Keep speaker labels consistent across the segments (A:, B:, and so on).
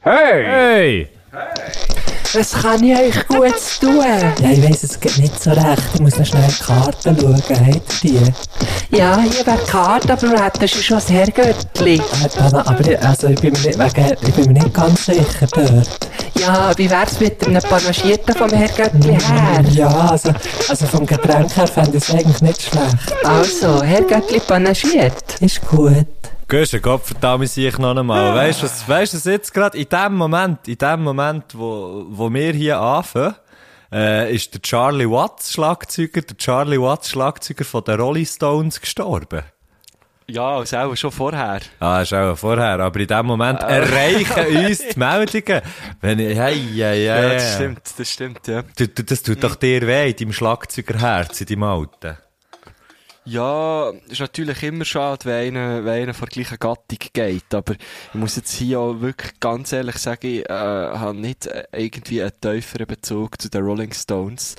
A: Hey!
B: Hey!
C: Was kann ich euch Gutes tun?
D: Ja, ich weiss, es geht nicht so recht. Ich muss noch schnell die Karten schauen. Habt ihr die?
C: Ja, hier wäre die Karte, aber das ist schon das Herrgöttli.
D: Äh, Dana, aber ich, also, ich, bin mir nicht, wegen, ich bin mir nicht ganz sicher dort.
C: Ja, wie wär's mit einem Panagierten vom Herrgöttli her?
D: Ja, also, also vom Getränk her fände ich es eigentlich nicht schlecht.
C: Also, Herrgöttli panagiert.
D: Ist gut.
B: Gösche, Gott verdammt sich noch einmal.
E: Ah.
B: Weißt du, was, weißt du, was jetzt gerade in dem Moment, in dem Moment, wo, wo wir hier anfangen, äh, ist der Charlie Watts Schlagzeuger, der Charlie Watts Schlagzeuger von den Rolling Stones gestorben.
E: Ja, selber schon vorher.
B: Ah, ist auch vorher, aber in dem Moment
E: Ah.
B: erreichen uns die Meldungen. Wenn ich, hey, hey, hey.
E: Ja, das stimmt, das stimmt, ja.
B: Du, du, das tut doch dir weh, in deinem Schlagzeugerherz, in deinem Alten.
E: Ja, ist natürlich immer schade, wenn einer, wenn einer von der gleichen Gattung geht. Aber ich muss jetzt hier auch wirklich ganz ehrlich sagen, ich äh, habe nicht äh, irgendwie einen tieferen Bezug zu den Rolling Stones.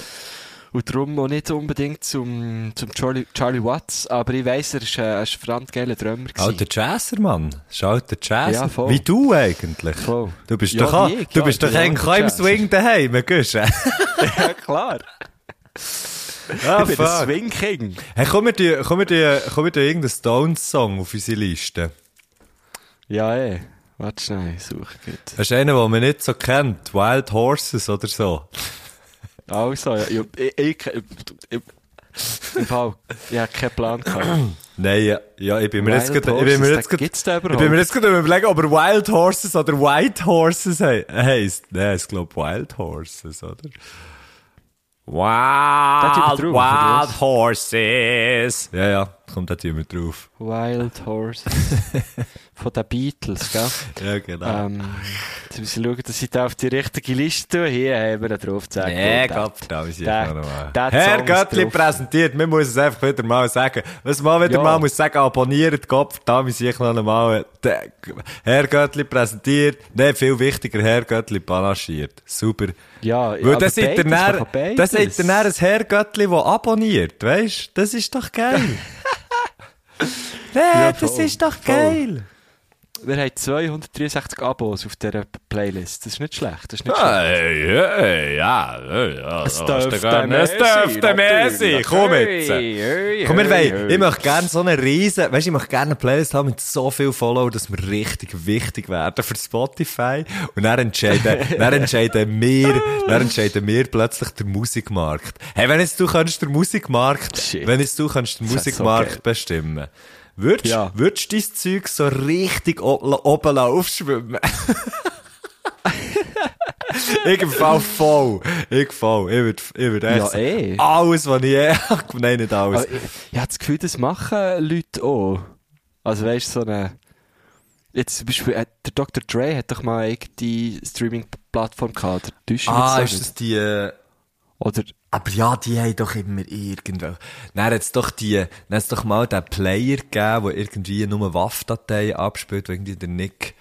E: Und darum auch nicht unbedingt zum, zum Charlie, Charlie Watts. Aber ich weiss, er war ein, ein brandgeiler Drömer. gewesen.
B: Alter Jazzer, Mann. Ist alter Jazzer.
E: Ja, voll.
B: Wie du eigentlich.
E: Voll.
B: Du bist
E: Ja,
B: doch, auch-
E: wie ich,
B: du
E: ja,
B: bist
E: ich
B: doch
E: bin
B: eigentlich
E: alter
B: auch im
E: Jazzer.
B: Swing daheim, Gösche.
E: Ja, klar.
B: Ah,
E: ich bin ein
B: fuck.
E: Swing King.
B: Hey, komm, wir dir, komm, wir dir, komm, wir dir irgendeinen Stones-Song auf unsere Liste.
E: Ja, eh. Warte schnell, ich suche gut.
B: Das ist einer, den man nicht so kennt. Wild Horses oder so.
E: Also, ja, ja, ich, ich, ich, ich, im Fall, ich habe keinen Plan gehabt.
B: Nein, ja, ja ich bin mir jetzt
E: Wild
B: gerade, ich bin mir
E: Horses,
B: jetzt gerade,
E: den gibt's den
B: ich bin mir
E: überhaupt?
B: jetzt gerade am überlegen, ob er Wild Horses oder White Horses he heisst. Nein, ich glaube Wild Horses, oder? Wild,
E: tun wir drauf,
B: Wild Horses. Ja, ja, kommt da immer drauf.
E: Wild Horses. Von den Beatles, gell?
B: Ja, genau.
E: Ähm, jetzt müssen wir schauen, dass ich da auf die richtige Liste tue. Hier haben wir ihn drauf gezeigt.
B: Nee,
E: Und
B: Gott,
E: der-
B: da ist
E: der-
B: ja nochmal.
E: der
B: Herr
E: Song ist
B: Göttli
E: drauf.
B: präsentiert, man muss es einfach wieder mal sagen. Was man wieder
E: Ja.
B: mal muss sagen, abonniert Gott, da ist ich noch einmal. Der- Herr Göttli präsentiert, nein, viel wichtiger, Herr Göttli panaschiert. Super.
E: Ja,
B: Weil
E: aber
B: das seid ihr
E: beides, man
B: näher,
E: kann beides.
B: das seid ihr näher ein Herr Göttli, der abonniert, weisst? Das ist doch geil. Nein,
E: Ja,
B: das
E: voll,
B: ist doch
E: voll.
B: geil.
E: Wir haben 263 Abos auf dieser Playlist. Das ist nicht schlecht. Das ist nicht schlecht.
B: Hey, hey, ja, ja, ja.
E: Es
B: das
E: dürfte
B: ist doch-
E: mehr
B: Es dürfte
E: sein,
B: mehr sein.
E: natürlich.
B: Komm jetzt.
E: Hey,
B: Komm, wir
E: hey,
B: wollen,
E: hey.
B: ich möchte gerne so eine riesen, weißt du, ich möchte gerne eine Playlist haben mit so viel Follower, dass wir richtig wichtig werden für Spotify. Und dann entscheiden, dann entscheiden wir, dann entscheiden wir plötzlich den Musikmarkt. Hey, wenn jetzt du kannst den Musikmarkt,
E: Shit.
B: wenn jetzt du kannst den
E: Das wär so
B: Musikmarkt
E: geil.
B: bestimmen, würdest,
E: Ja.
B: würdest du dein Zeug so richtig o- oben lassen aufschwimmen? ich im Fall voll. Ich voll. Ich würde, ich würde echt
E: Ja,
B: so-
E: eh. Oh,
B: alles, was ich je, nein, nicht alles.
E: Aber ich, ich habe das Gefühl, das machen Leute auch. Also weißt du, so eine... Jetzt zum Beispiel, äh, der Dr. Dre hat doch mal eine eigene Streaming-Plattform gehabt. Oder täusche ich mich
B: Ah,
E: jetzt
B: ist
E: auch
B: das die. äh,
E: nicht? Oder...
B: Aber ja, die haben doch immer irgendwo. Dann hat's doch die, eh, dann hat's doch mal den Player gegeben, der irgendwie nur Waffdateien abspielt, weil irgendwie der Nick,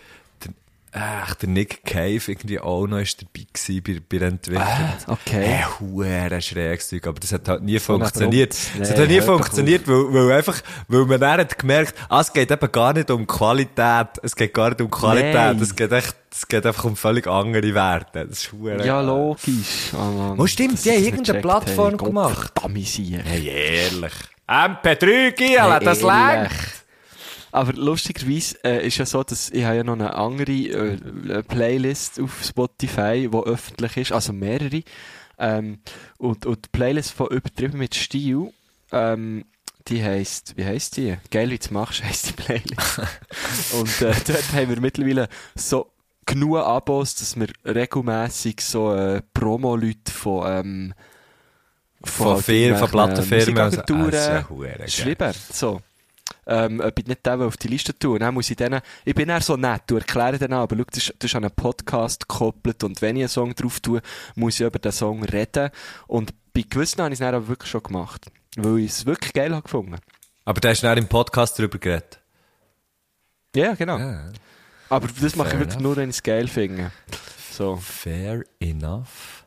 B: der, ach, der Nick Cave irgendwie auch noch ist dabei gewesen bei, bei der Entwicklung.
E: okay.
B: Hey, huere schräges Zeug, aber das hat halt nie funktioniert.
E: warum?
B: Das hat
E: Nee,
B: halt nie
E: hört doch
B: funktioniert, weil, weil einfach, weil man dann hat gemerkt, ah, es geht eben gar nicht um Qualität, es geht gar nicht um Qualität,
E: Nein.
B: es geht echt, es geht einfach um völlig andere Werte. Das ist huere-
E: Ja, logisch. Oh, Mann,
B: Oh, stimmt,
E: dass
B: die haben
E: ich
B: irgendeine
E: das nicht gecheckt
B: Plattform
E: habe. Gott
B: gemacht.
E: Verdammt, sie.
B: Hey, ehrlich. MP3 Giel,
E: Hey,
B: das
E: ehrlich.
B: längt.
E: Aber lustigerweise äh, ist ja so, dass ich habe ja noch eine andere äh, äh, Playlist auf Spotify, die öffentlich ist, also mehrere. Ähm, und, und die Playlist von «Übertrieben mit Stil», ähm, die heisst, wie heisst die? «Geil, wie du machst» heisst die Playlist. und äh, dort haben wir mittlerweile so genug Abos, dass wir regelmässig so äh, Promo-Leute von... Ähm,
B: Von Firmen, von Plattenfirmen. und so. Ah,
E: Musikagenturen,
B: das ist ja hure geil.
E: Schreiben, so. Ähm, ob ich nicht den auf die Liste tue. Dann muss ich denen, ich bin eher so nett, du erklärst denen, aber schau, das ist, das ist an einen Podcast gekoppelt und wenn ich einen Song drauf tue, muss ich über den Song reden. Und bei gewissen habe ich es dann aber wirklich schon gemacht. Weil ich es wirklich geil habe gefunden.
B: Aber da hast du dann im Podcast drüber geredet.
E: Ja, genau. Aber das mache
B: Fair
E: ich wirklich
B: enough.
E: nur, wenn ich es geil finde. So.
B: Fair enough.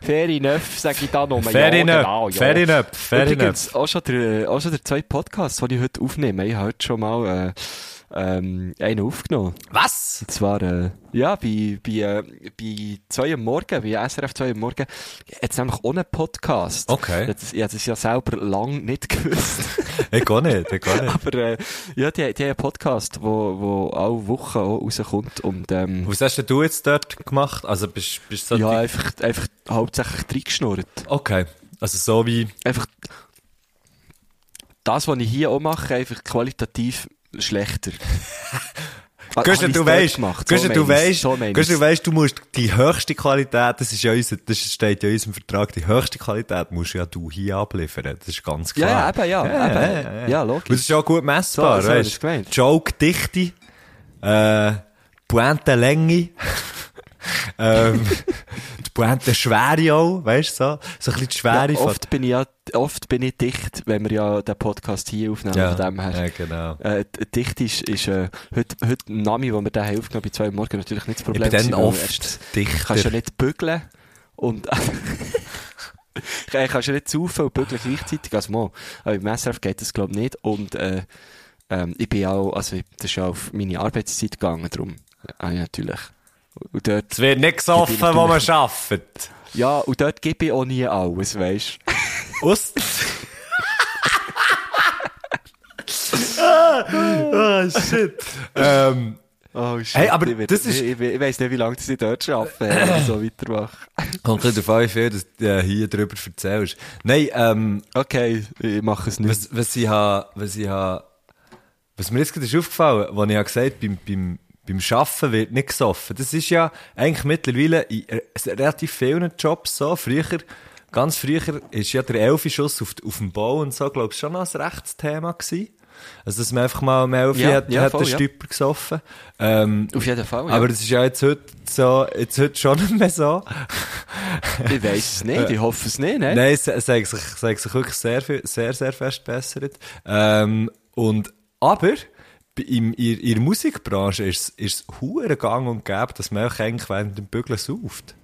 E: Fair enough, sage ich da nochmal.
B: Fair
E: ja,
B: enough,
E: Genau, ja.
B: fair enough, fair
E: Übrigens, auch schon der, auch schon der zweite Podcast, den ich heute aufnehme. Ich habe heute schon mal äh, ähm, einen aufgenommen.
B: Was?
E: Und zwar, äh, ja, bei, bei, äh, bei 2 am Morgen, bei SRF 2 am Morgen, jetzt nämlich ohne Podcast.
B: Okay.
E: Das, ich habe das ja selber lang nicht gewusst.
B: Ich gar nicht, ich gar nicht.
E: Aber äh, ja, die, die haben einen Podcast, wo, wo alle Wochen auch rauskommt. Und, ähm,
B: Was hast denn du jetzt dort gemacht? Also bist du so...
E: ja,
B: die-
E: einfach, einfach hauptsächlich reingeschnurrt.
B: Okay. Also so wie...
E: Einfach das, was ich hier auch mache, einfach qualitativ schlechter.
B: Güsse,
E: Ah, hab ich's
B: du
E: dort
B: weißt,
E: gemacht?
B: Güsse,
E: meine
B: du
E: ich's,
B: weißt,
E: so meine
B: Güsse,
E: ich's.
B: du weißt, du musst die höchste Qualität, das ist ja unser, das steht ja in unserem Vertrag, die höchste Qualität musst ja du hier abliefern. Das ist ganz
E: Ja,
B: klar.
E: ja, eben, ja.
B: Ja,
E: eben.
B: ja, ja, ja.
E: ja
B: Und Das
E: logisch.
B: ist ja auch gut messbar,
E: So, so hab ich's
B: weißt
E: gemeint.
B: Joke-Dichte, äh, Pointe-Länge, ähm, die Pointe-Schwere auch, weißt du, so, so ein bisschen die Schwere
E: Ja,
B: von-
E: oft bin ich ja, oft bin ich dicht, wenn wir ja den Podcast hier aufnehmen,
B: ja,
E: von dem her.
B: ja, genau.
E: Äh, d- dicht ist, ist äh, heute, heute ein Name, den wir da haben aufgenommen bei zwei Uhr morgen natürlich nicht das
B: Ich
E: Problem.
B: bin dann
E: gewesen, weil
B: oft
E: erstens
B: dichter.
E: Kannst du ja nicht bügeln und Äh, kannst ja nicht saufen und bügeln gleichzeitig. Oh, Also mal, aber im SRF geht das glaube ich nicht. Und äh, ähm, ich bin auch, also ich- das ist ja auf meine Arbeitszeit gegangen, darum äh, ja, natürlich. Und dort,
B: Es wird nicht gesoffen,
E: bin
B: wo man
E: natürlich-
B: arbeitet.
E: ja, und dort gebe ich auch nie alles, weisst du.
B: Aus. ah, ah, shit. Ähm,
E: Oh, shit.
B: Hey, aber
E: ich, werd-
B: das ist-
E: ich, ich, ich weiss nicht, wie lange ich dort arbeite, wenn ich so weitermache.
B: kommt ein bisschen darauf an, wie viel dass du äh, hier drüber erzählst. Nein, ähm,
E: Okay, ich mache es nicht.
B: was, was ich ha, was ich ha, was mir jetzt gerade ist aufgefallen, was ich ja gesagt beim, beim, beim Schaffen wird nicht gesoffen. Das ist ja eigentlich mittlerweile in re- relativ vielen Jobs so. Früher, ganz früher, ist ja der Elfi-Schuss auf, auf dem Bau und so, glaube ich, schon noch ein rechtes Thema gewesen. Also, dass man einfach mal am Elfi
E: Ja,
B: hat,
E: ja,
B: hat
E: voll,
B: einen
E: ja.
B: Stüpper gesoffen. Ähm,
E: Auf jeden Fall, ja.
B: aber das ist ja jetzt heute so, jetzt heute schon nicht mehr so.
E: Ich weiß es nicht, ich hoffe es nicht, ne?
B: Nein, es, es hat sich, es hat sich wirklich sehr, viel- sehr, sehr fest verbessert. Ähm, und, aber, bei- im, in, in der Musikbranche ist es, ist es hure gang und gäbe, dass man auch eigentlich während dem Bügeln sauft.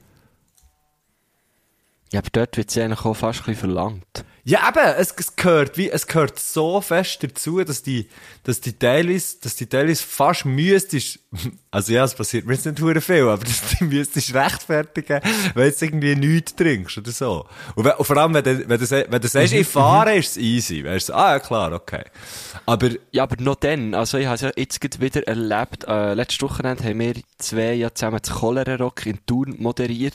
E: Ja, aber dort wird es eigentlich auch fast ein bisschen verlangt.
B: Ja, eben, es, es gehört, wie, es gehört so fest dazu, dass die, dass die teilweise, dass die teilweise fast müsstest, also ja, es passiert mir jetzt nicht hure viel, aber dass die müsstest rechtfertigen, wenn du jetzt irgendwie nichts trinkst oder so. Und, we, und vor allem, wenn du, wenn du, se- wenn du sagst, ich fahre, ist es easy, weißt du, ah, ja, klar, okay. Aber,
E: Ja, aber noch dann, also ich habe es ja jetzt gerade wieder erlebt, äh, letztes Wochenende haben wir zwei ja zusammen das Cholera-Rock in Thun moderiert.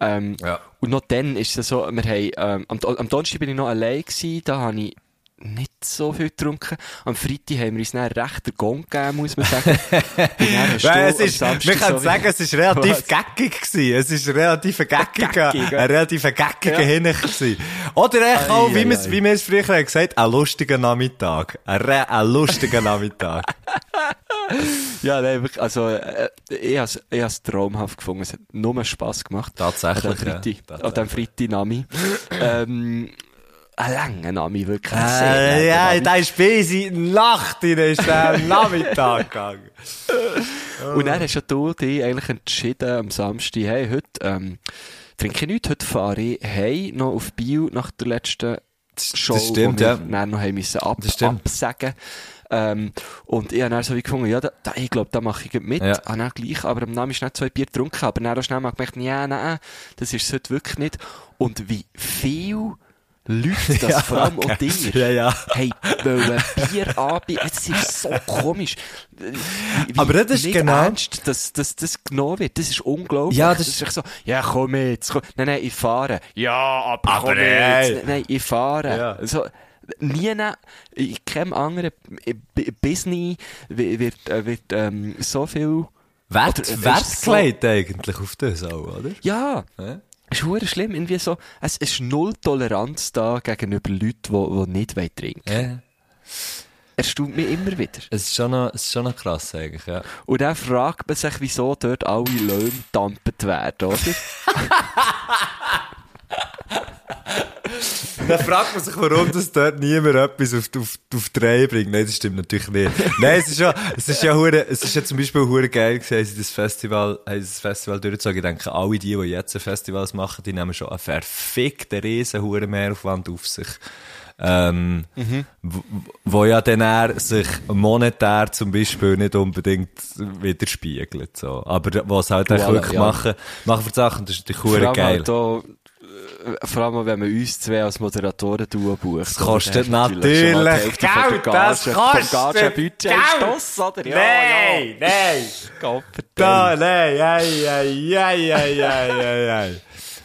E: Ähm,
B: ja.
E: Und noch dann ist es so, wir haben, ähm, am, Don- am Donnerstag bin ich noch allein gewesen, da habe ich nicht so viel getrunken. Am Freitag haben wir uns dann recht den Gong gegeben, muss man sagen. Und dann hast du
B: Weil es
E: am
B: ist, man
E: Samstag
B: kann
E: so wie-
B: sagen, es ist relativ
E: Was?
B: gackig gewesen. Es ist relativ ein gackiger,
E: Gackig, ja.
B: ein relativ ein gackiger
E: Ja.
B: Hinweis gewesen. Oder echt
E: Ei,
B: auch, wie
E: ei,
B: mir's-
E: ei.
B: wie wir es früher haben gesagt haben, ein lustiger Nachmittag. Ein, re- ein lustiger Nachmittag.
E: Ja, nein, wirklich, also äh, ich habe es traumhaft gefunden. Es hat nur Spass gemacht.
B: Tatsächlich,
E: An dem
B: ja.
E: Freitag,
B: Tatsächlich.
E: an dem Freitag Nami. ähm, ein langer Nami, wirklich. Ein sehr
B: äh,
E: langer
B: ja,
E: Nami.
B: da ist bis in die Nacht rein, ist der Nachmittag gegangen. Ah.
E: Und dann hast ja du dich eigentlich entschieden am Samstag, hey, heute ähm, trinke ich nichts, heute fahre ich hey, noch auf Bio nach der letzten Show,
B: das stimmt,
E: wo wir
B: ja.
E: dann noch haben müssen ab,
B: Das stimmt.
E: absagen ähm, Und ich habe dann so wie gefunden, ja, da, da, ich glaube, da mache ich gleich mit.
B: Ja.
E: Habe dann gleich, aber am Namen ist nicht zwei Bier getrunken, aber dann auch schnell mal gemerkt, ja, nein, das ist es heute wirklich nicht. Und wie viel Leute, das vor allem auch dir,
B: Ja, ja.
E: hey, wollen Bier anbieten. Es ist so komisch. Wie- wie
B: Aber das ist
E: nicht
B: genau-
E: Ernst, dass, dass das genommen wird. Das ist unglaublich.
B: Ja, das
E: ist echt so, ja, komm jetzt. Komm. Nein, nein, ich fahre. Ja, aber, komm
B: ey.
E: jetzt. Nein, ich fahre.
B: Ja.
E: So, nie, ne- in keinem anderen B- Business wi- wird, äh, wird ähm, so viel... Oder, äh,
B: Wert, Wert
E: ist so-
B: gelegt eigentlich auf das auch, oder?
E: Ja,
B: Ja.
E: ist hure schlimm. Irgendwie so, es ist null Toleranz da gegenüber Leuten, die, die nicht wollen trinken wollen.
B: Ja.
E: Erstaunt mich immer wieder.
B: Es ist schon noch, es ist schon noch krass eigentlich, ja.
E: Und dann fragt man sich, wieso dort alle Löhne dampet werden, oder?
B: Dann fragt man sich, warum das dort niemand etwas auf, auf, auf die Reihe bringt. Nein, das stimmt natürlich nicht. Nein, es ist ja, es ist ja, hure, es ist ja zum Beispiel hure geil gewesen, haben sie das Festival, haben sie das Festival durchgezogen. Ich denke, alle die, die jetzt Festivals machen, die nehmen schon einen verfickten riesen hure Mehraufwand auf sich. ähm,
E: Mhm.
B: wo, wo ja dann er sich monetär zum Beispiel nicht unbedingt widerspiegelt. So. Aber was halt auch
E: Voilà,
B: wirklich
E: ja.
B: machen, machen für Sachen, das ist die
E: Vor
B: Hure
E: allem
B: geil.
E: halt auch, äh, vor allem, wenn man uns zwei als Moderatoren duo bucht.
B: Das kostet
E: Oder? Das ist schon mal die
B: natürlich
E: Hälfte von der
B: Geld,
E: Gage-
B: das
E: vom
B: kostet
E: Gagenbudget ist
B: Geld.
E: das, oder? Ja,
B: Nein,
E: ja.
B: nein.
E: Gottverdammt.
B: Da, nein, ei, ei, ei, ei, ei, ei, ei.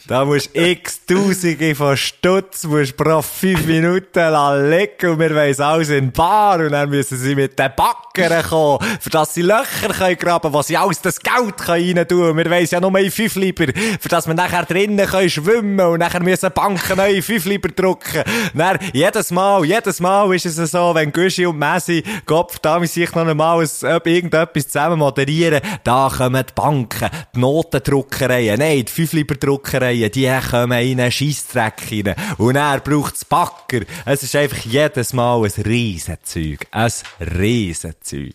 B: Da musst du x Tausende von Stutz, musst pro fünf Minuten lassen liegen und wir weiss alles in Bar und dann müssen sie mit den Backern kommen, für dass sie Löcher können graben können, wo sie alles das Geld können rein tun können. Wir weiss ja nur in fünf lieber, für dass wir nachher drinnen können schwimmen und nachher müssen Banken neue fünf lieber drucken. Dann, jedes Mal, jedes Mal ist es so, wenn Gushi und Messi Kopf da sich noch einmal ein, ob irgendetwas zusammen moderieren, da kommen die Banken, die Notendruckereien, nein, die Fünfliberdruckereien, die kommen in einen Scheissdreck rein. Und er braucht es Backer. Es ist einfach jedes Mal ein Riesenzeug. Ein Riesenzeug.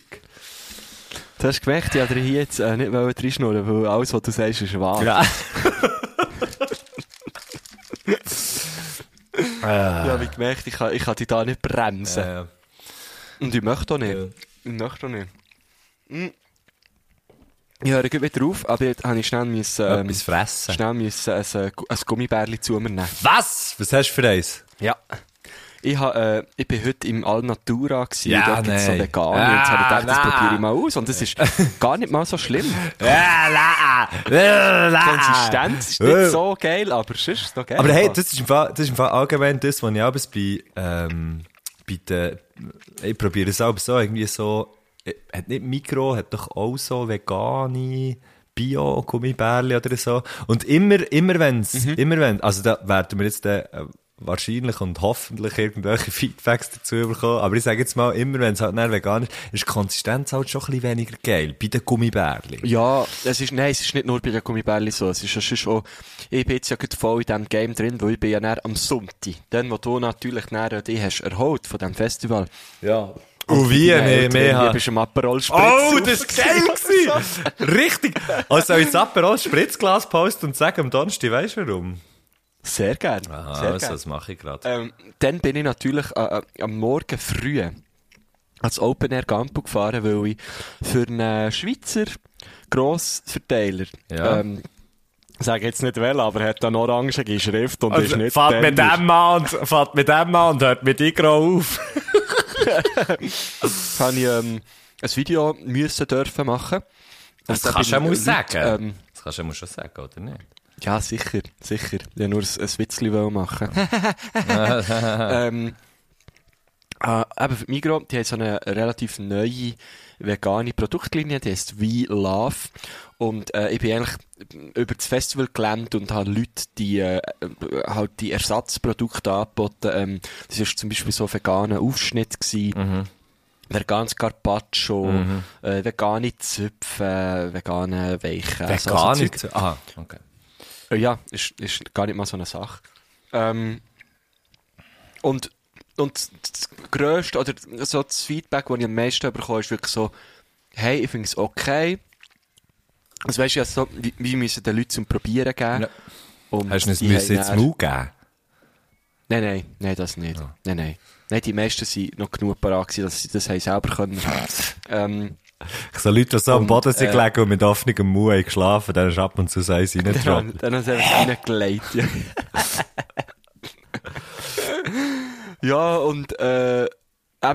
E: Du hast gemerkt, ich wollte dir hier jetzt äh, nicht reinschnurren, weil alles, was du sagst, ist wahr.
B: Ja.
E: Ich habe gemerkt, ich kann, ich kann dich da nicht bremsen.
B: Äh,
E: Und ich möchte auch nicht.
B: Ja.
E: Ich möchte auch nicht. Hm. Ich höre gut wieder auf, aber jetzt habe ich schnell müssen, ähm,
B: etwas fressen.
E: schnell müssen ein, äh, Gu- ein Gummibärli zu mir nehmen.
B: Was? Was hast du für eins?
E: Ja. Ich, ha, äh, ich bin heute im Alnatura gewesen,
B: Ja,
E: dort gibt's so
B: nein.
E: vegan.
B: Ah,
E: jetzt habe ich gedacht, das
B: nein. Ah.
E: probiere ich mal aus. Und es ist gar nicht mal so schlimm. Die Konsistenz ist
B: Äh.
E: nicht so geil, aber sonst ist es noch geil.
B: Aber hey, das ist, im Fall, das ist im Fall allgemein das, was ich abends bei, ähm, bei den, äh, ich probiere es auch so, irgendwie so, äh, hat nicht Mikro, hat doch auch so vegane bio gummibärli oder so. Und immer, immer wenn's, immer wenn, also da werden wir jetzt dann, äh, wahrscheinlich und hoffentlich irgendwelche Feedbacks dazu bekommen, aber ich sage jetzt mal, immer wenn es halt dann vegan ist, ist die Konsistenz halt schon ein bisschen weniger geil, bei den Gummibärli.
E: Ja, es ist, nein, es ist nicht nur bei den Gummibärli so. Es ist, es ist auch, ich bin jetzt ja gerade voll in diesem Game drin, weil ich bin ja dann am Sonntag. Dann, wo du natürlich dann, äh, dich hast erholt von diesem Festival.
B: Ja. Und Oh, wie, mehr, mehr
E: Du
B: hat-
E: bist am Aperol Spritz
B: Oh, das ist geil
E: aufgegangen.
B: gewesen! Richtig! Also, ich zappe alles Spritzglas posten und sage am Donnerstag, weißt du warum?
E: Sehr gern. Sehr gern.
B: Ah, also, mache ich gerade.
E: Ähm, dann bin ich natürlich äh, äh, am Morgen früh ans Open Air Gampo gefahren, weil ich für einen Schweizer Grossverteiler,
B: Ja.
E: ähm, sage jetzt nicht wel, aber er hat eine orange Schrift und ist
B: Also,
E: nicht
B: fahrt mit
E: dämlich.
B: dem an, und- fahrt mit dem an und hört mit Igro auf.
E: habe ich ähm, ein Video müssen dürfen machen. Und da bin ich Leute, Ähm,
B: Das kannst du ja schon sagen, oder nicht?
E: ja, sicher, sicher. Ich wollte nur ein, ein Witzchen wollen machen. ähm, äh, eben für die Migros, die haben so eine relativ neue vegane Produktlinie, die heißt We Love. Und äh, ich bin eigentlich über das Festival gelernt und habe Leute, die äh, äh, halt die Ersatzprodukte angeboten. Ähm, das war zum Beispiel so ein veganer Aufschnitt. Gewesen. Veganes Carpaccio, äh, vegane Zöpfe, äh, vegane Weichen. also so Zeug.
B: nicht. Aha, okay.
E: Äh, Ja, ist, ist gar nicht mal so eine Sache. Ähm, und, und das grösste oder so das Feedback, das ich am meisten bekomme, ist wirklich so, hey, ich finde es okay. Also weißt du, also, wir wir müssen den Leuten zum Probieren geben.
B: Ja.
E: Und
B: Hast du es
E: die
B: müssen
E: haben
B: jetzt
E: dann-
B: Mau geben?
E: Nein, nein, nein, das nicht.
B: Ah.
E: Nein, nein. Nein, die meisten waren noch genug parat, gewesen, dass sie das haben selber können. ähm,
B: So Leute, die so am
E: Und,
B: Boden sind
E: äh,
B: gelegen und mit offenem Mau haben geschlafen, dann ist ab und zu so eins
E: Dann,
B: reingetroffen.
E: dann haben sie einfach reingelegt, ja. ja, und, äh, eben,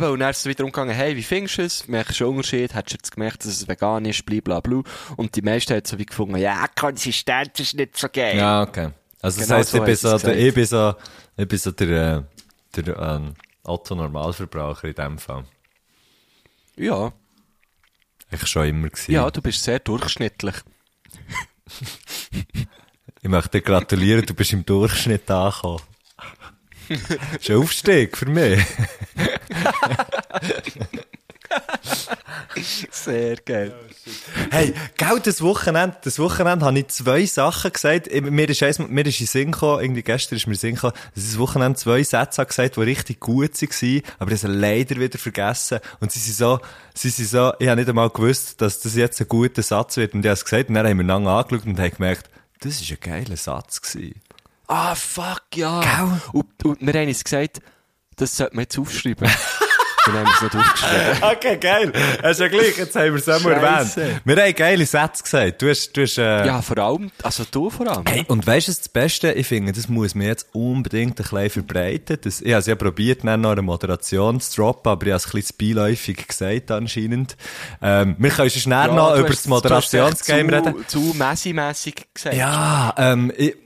E: und dann ist es wieder umgegangen, hey, wie findest du es? Merkst du einen Unterschied? Hättest du jetzt gemerkt, dass es vegan ist? Blablabla. Und die meisten haben so wie gefunden, ja, Konsistenz ist nicht so geil.
B: Ja, okay. Also das
E: Genau
B: heisst,
E: so
B: ich, bin
E: hat sie
B: so
E: es
B: der,
E: gesagt.
B: ich bin so, ich bin so der, äh, der ähm, Otto-Normalverbraucher in dem Fall.
E: Ja,
B: Ich schon immer gewesen.
E: ja, du bist sehr durchschnittlich.
B: Ich möchte dir gratulieren, du bist im Durchschnitt angekommen. Das ist ein Aufstieg für mich.
E: Sehr geil.
B: Hey, gell, das Wochenende, das Wochenende habe ich zwei Sachen gesagt. Ich- Mir ist, eins, mir ist in den Sinn gekommen, irgendwie gestern ist mir in den Sinn gekommen, dass ich das Wochenende zwei Sätze habe gesagt, die richtig gut waren, aber ich habe sie leider wieder vergessen. Und sie sind so, sie sind so, ich habe nicht einmal gewusst, dass das jetzt ein guter Satz wird. Und ich habe es gesagt und dann haben wir lange angeschaut und haben gemerkt, das war ein geiler Satz. Gewesen.
E: Ah, fuck, ja.
B: Gell?
E: Und, und wir haben uns gesagt, Das sollte man jetzt aufschreiben. Wir haben es nicht aufgeschrieben.
B: Okay, geil. Das ist ja gleich, jetzt haben wir es einmal
E: Scheisse.
B: erwähnt. Wir haben geile Sätze gesagt. Du hast, du hast, äh,
E: Ja, vor allem, also du vor allem.
B: Hey, und weißt du, was das Beste, ich finde, das muss man jetzt unbedingt ein bisschen verbreiten. Das, ich habe es ja probiert, dann noch eine Moderation zu droppen, aber ich habe es ein bisschen beiläufig gesagt, anscheinend. Ähm, wir können schnell
E: Ja,
B: noch
E: du
B: über
E: hast-
B: das Moderationsgame
E: du hast
B: reden.
E: echt Zu, zu messi-mässig gesagt.
B: Ja, ähm, ich,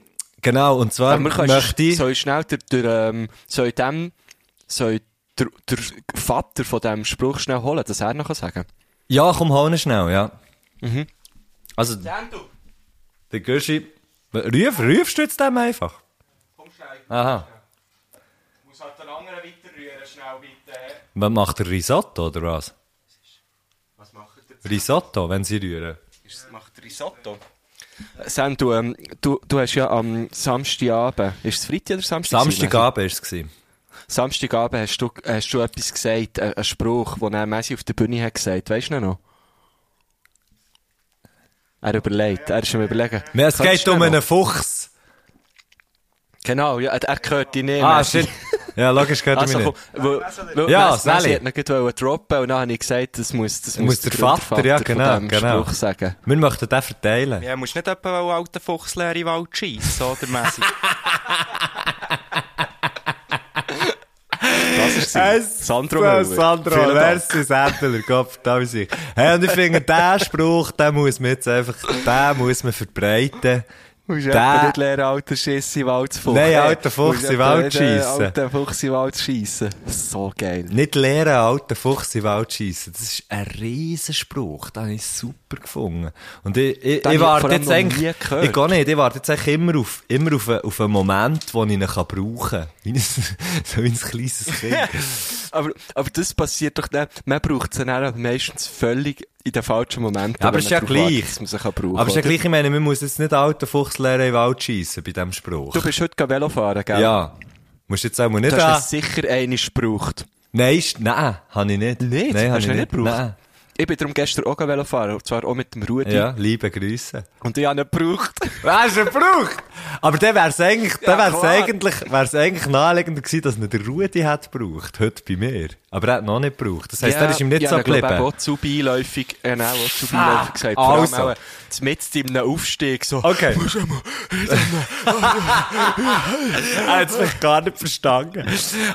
B: genau, und zwar
E: Aber wir können
B: möchte ich...
E: soll ich schnell der, der, ähm, soll ich dem, soll ich der, der Vater von dem Spruch schnell holen, dass er noch sagen kann.
B: Ja, komm, hau ihn schnell, ja.
E: Mhm.
B: Also,
E: Dem du,
B: der Göschi... Ruf, rufst du jetzt dem einfach?
E: komm schnell,
B: Aha.
E: muss halt den anderen weiterrühren, schnell bitte.
B: Was macht der Risotto, oder was?
E: Was macht der?
B: Risotto, wenn sie rühren.
E: Ist, macht der Risotto? Sam, du, ähm, du, du hast ja am Samstagabend, ist es Freitag oder Samstag?
B: Samstagabend war es. gewesen.
E: Samstagabend hast du, hast du etwas gesagt, äh, einen Spruch, den er Messi auf der Bühne hat gesagt. Weißt du ihn noch? Er überlegt, er ist am Überlegen.
B: Ja, Es
E: Kannst
B: geht
E: du ihn
B: um
E: noch?
B: einen Fuchs.
E: Genau, ja, er- er gehört dich nicht.
B: Ah,
E: Messi.
B: shit. Ja, logisch gehört also,
E: Also,
B: mich
E: komm,
B: nicht.
E: wo, wo,
B: Ja,
E: ja, Messi
B: Sally.
E: hat ihn gerade wollen droppen und dann habe ich gesagt, das muss, das muss,
B: Muss der Vater, ja,
E: von
B: genau,
E: dem
B: genau.
E: Spruch sagen.
B: Wir möchten den verteilen.
A: Ja, musst nicht etwa einen alten Fuchs leer in den Wald schiessen, oder, Messi?
E: Das ist
B: Äh,
E: Sandro
B: Äh,
E: Müller. Vielen
B: Sandro,
E: Dank.
B: merci, Sandler, Kopf, da bin ich. Hey, und ich finde, diesen Spruch, den muss man jetzt einfach, den muss man verbreiten.
E: Musst
B: Der-
E: jemand nicht lernen, alter Schiss in den Wald zu fuchsen.
B: Nein, alter Fuchs
E: Musst
B: in den
E: jemand
B: Wald
E: nicht, äh,
B: schiessen.
E: Alter Fuchs in den Wald schiessen. So geil.
B: Nicht leeren alten Fuchs in den Wald schiessen. Das ist ein Riesenspruch. Den habe ich super gefunden. Und ich, ich,
E: Den
B: ich
E: hab ich
B: warte
E: vor allem
B: jetzt
E: noch
B: eigentlich,
E: nie gehört.
B: ich gar nicht, ich warte jetzt eigentlich immer auf, immer auf, einen- auf einen Moment, wo ich ihn kann brauchen kann. Wie ein, so wie ein kleines Kind.
E: Aber, aber das passiert doch nicht. Man braucht es dann auch meistens völlig in den falschen Momenten.
B: Ja, aber
E: wenn
B: es ist
E: man
B: ja
E: drauf wartet,
B: gleich.
E: dass man sie kann brauchen,
B: Aber es ist ja
E: oder?
B: gleich, ich meine, man muss jetzt nicht alten Fuchs leeren in den Wald schiessen bei diesem Spruch.
E: Du bist heute gehen Velo fahren, gell?
B: Ja. Musst jetzt auch mal
E: Du
B: nicht an.
E: hast ihn sicher einmal gebraucht.
B: Nein, ist, nein, habe ich nicht.
E: Nicht?
B: Nein, habe
E: Hast
B: ich
E: du ihn
B: nicht.
E: nicht gebraucht?
B: Nein.
E: Ich bin darum gestern auch Velo fahren, und zwar auch mit dem Rudi.
B: Ja, liebe Grüße.
E: Und ich habe ihn gebraucht.
B: Hast du ihn gebraucht? Aber dann wäre es eigentlich, dann
E: Ja,
B: wär's
E: klar.
B: eigentlich, wär's eigentlich naheliegender gewesen, dass man den Rudi hat gebraucht, heute bei mir. Aber er hat noch nicht gebraucht. Das heisst, er ist ihm nicht
E: ja,
B: so
E: ich glaube, er
B: geblieben.
E: auch zu beiläufig, äh, nein, auch zu beiläufig gesagt.
B: also.
E: Vor allem auch, mit in einem Aufstieg, so.
B: Okay. er hat es vielleicht gar nicht verstanden.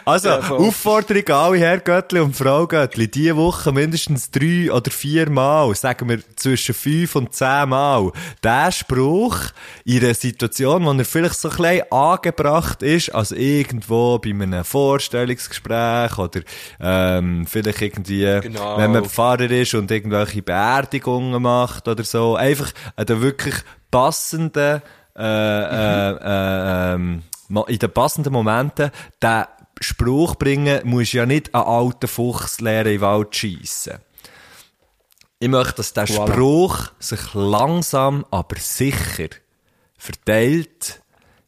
B: Also,
E: Ja, voll.
B: Aufforderung an alle Herrgöttli und Fraugöttli. Diese Woche mindestens drei oder vier Mal, sagen wir zwischen fünf und zehn Mal, der Spruch in einer Situation, wo er vielleicht so klein angebracht ist, also irgendwo bei einem Vorstellungsgespräch oder ähm, vielleicht irgendwie,
E: Genau.
B: wenn man Pfarrer ist und irgendwelche Beerdigungen macht oder so, einfach an den wirklich passenden äh, äh, äh, ähm, mo- in den passenden Momenten den Spruch bringen, musst du ja nicht einen alten Fuchs leeren in den Wald schiessen. Ich möchte, dass der
E: Voilà.
B: Spruch sich langsam, aber sicher verteilt,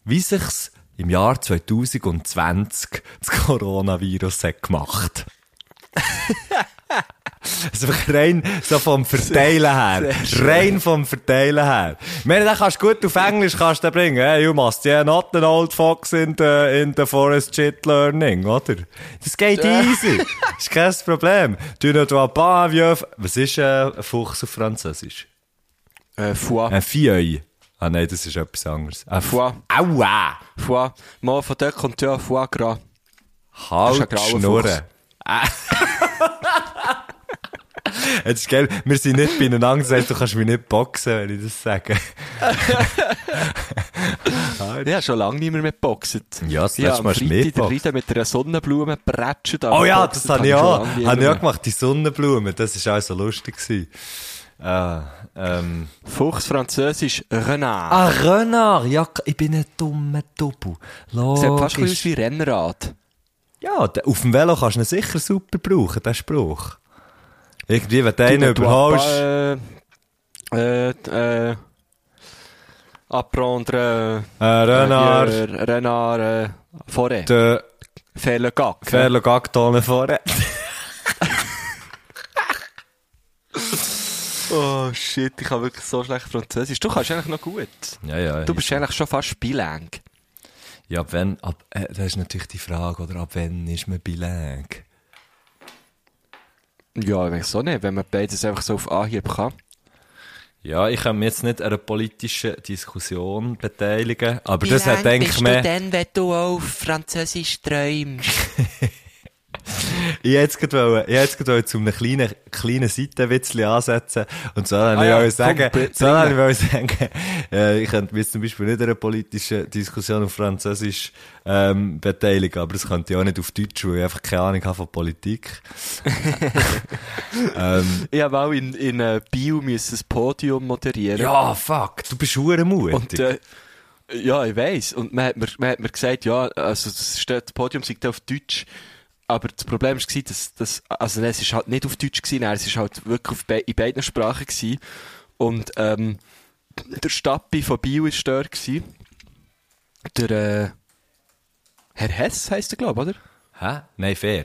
B: wie sich's im Jahr 2020 das Coronavirus hat gemacht. Also wirklich rein so vom Verteilen her. Rein vom Verteilen her. Ich meine, den kannst du gut auf Englisch kannst du den bringen. Hey, you must yeah, not an old fox in the, in the forest shit learning, oder? Das geht easy. ist kein Problem. Tu ne toi pas un vieux... f- Was ist äh, ein Fuchs auf Französisch?
E: Äh, Foie.
B: Ein Vieuil. Ah nein, das ist etwas anderes. Ein F-
E: Foie.
B: Aua!
E: Foie. Mal von dort kommt ja Foie Gras. Das ist ein
B: Halt
E: grauer
B: Schnurren.
E: Fuchs.
B: Ah. Jetzt ist geil, wir sind nicht beieinander, das heisst, du kannst mich nicht boxen, wenn ich das sage.
E: Ich habe schon lange nicht mehr geboxt.
B: Ja, das
E: ja,
B: letzte Mal hast du mitgeboxt.
E: Rita mit einer Sonnenblume prätschelt.
B: Oh ja, das habe ich auch, habe ich auch gemacht, die Sonnenblumen, das war auch so lustig. gewesen. Äh, ähm.
E: Fuchs Französisch Renard.
B: Ah, Renard, ja, ich bin ein dummer Doppel.
E: Sieht fast ein bisschen aus wie Rennrad.
B: Ja, d- auf dem Velo kannst du ihn sicher super brauchen, den Spruch. Irgendwie, wenn du einen
E: Tu ne
B: überholst...
E: dois pas, Äh, äh, äh, apprendre.
B: Äh, Renard,
E: Äh, hier, Renard. Äh, Forêt.
B: der
E: Faire le gag.
B: Verlo Gagtonnen vorne.
E: Oh shit, ich habe wirklich so schlecht Französisch. Du kannst eigentlich noch gut.
B: Ja, ja.
E: Du bist eigentlich schon fast bilang.
B: Ja, ab wann, ab, äh, das ist natürlich die Frage, oder ab wann ist man bilang?
E: Ja, ich weiß auch nicht, wenn man beides einfach so auf Anhieb kann.
B: Ja, ich kann mich jetzt nicht an einer politischen Diskussion beteiligen, aber das hat, denke ich,
A: bist du
B: mehr...
A: dann, wenn du auf Französisch träumst?
B: Ich hätte jetzt gerade wollen- ich hätte jetzt gerade wollen um zu einem kleinen, kleinen Seitenwitzchen ansetzen. Und so wollte
E: Ah
B: ich
E: ja,
B: wollen sagen,
E: komm, bring-
B: so wollte ich wollen sagen, äh, ich könnte mich zum Beispiel nicht an einer politischen Diskussion auf Französisch, ähm, beteiligen, aber das könnte ich auch nicht auf Deutsch, weil ich einfach keine Ahnung habe von Politik. ähm,
E: Ich habe auch in, in äh, Bio müssen das Podium moderieren.
B: ja, eh, fuck, du bist hurenmutig.
E: Und, äh, ja, ich weiss. Und man hat mir, man hat mir gesagt, ja, also das, steht, das Podium sei auf Deutsch. Aber das Problem war, dass, dass also nein, es ist halt nicht auf Deutsch gewesen, nein, es ist halt wirklich auf be in beiden Sprachen gewesen. Und ähm, der Stappi von Bio war dort. Gewesen. Der äh, Herr Hess heisst er, glaube ich, oder?
B: Hä? Nein, fair.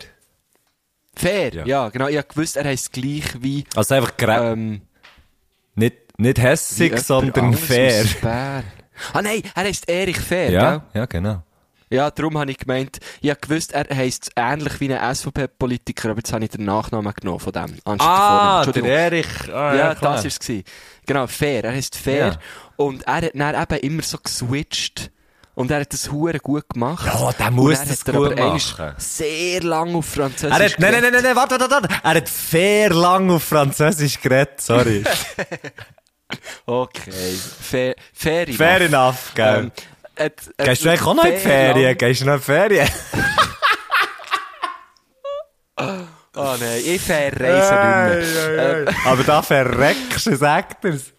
E: Fair,
B: Ja.
E: ja, genau. Ich habe gewusst, er heisst gleich wie...
B: Also einfach grä
E: Ähm,
B: nicht, nicht
E: wie
B: hässig,
E: jemand
B: sondern
E: anderes
B: fair.
E: aus Bern. Ah nein, er heisst Erich Fair, gell?
B: Ja, nou. ja, genau.
E: Ja, darum habe ich gemeint, ich habe gewusst, er heisst ähnlich wie ein SVP-Politiker, aber jetzt habe ich den Nachnamen genommen von dem. Anstatt den Vornamen. Entschuldigung.
B: Ah, Erich. Ah,
E: ja,
B: klar.
E: das war es. gewesen. Genau, fair. Er heisst fair.
B: Ja.
E: Und er hat dann eben immer so geswitcht. Und er hat das hure gut gemacht.
B: Ja, der
E: Und
B: muss
E: er
B: das
E: hat er aber
B: gut
E: einmal
B: machen.
E: sehr lang auf Französisch
B: Er hat, nein, nein, nein, nein, nein, warte, warte, warte. Er hat fair lang auf Französisch geredet, sorry.
E: Okay. Fair, fair enough.
B: fair enough, Ehm, eh, gell.
E: Ähm, hat- hat
B: Gehst du eigentlich auch noch in die
E: fair
B: Ferien? Gehst du noch in die Ferien?
E: lang- Oh nein, ich verreise nicht
B: Ei,
E: mehr.
B: ei, ei. Aber da verreckst du, sagt er's.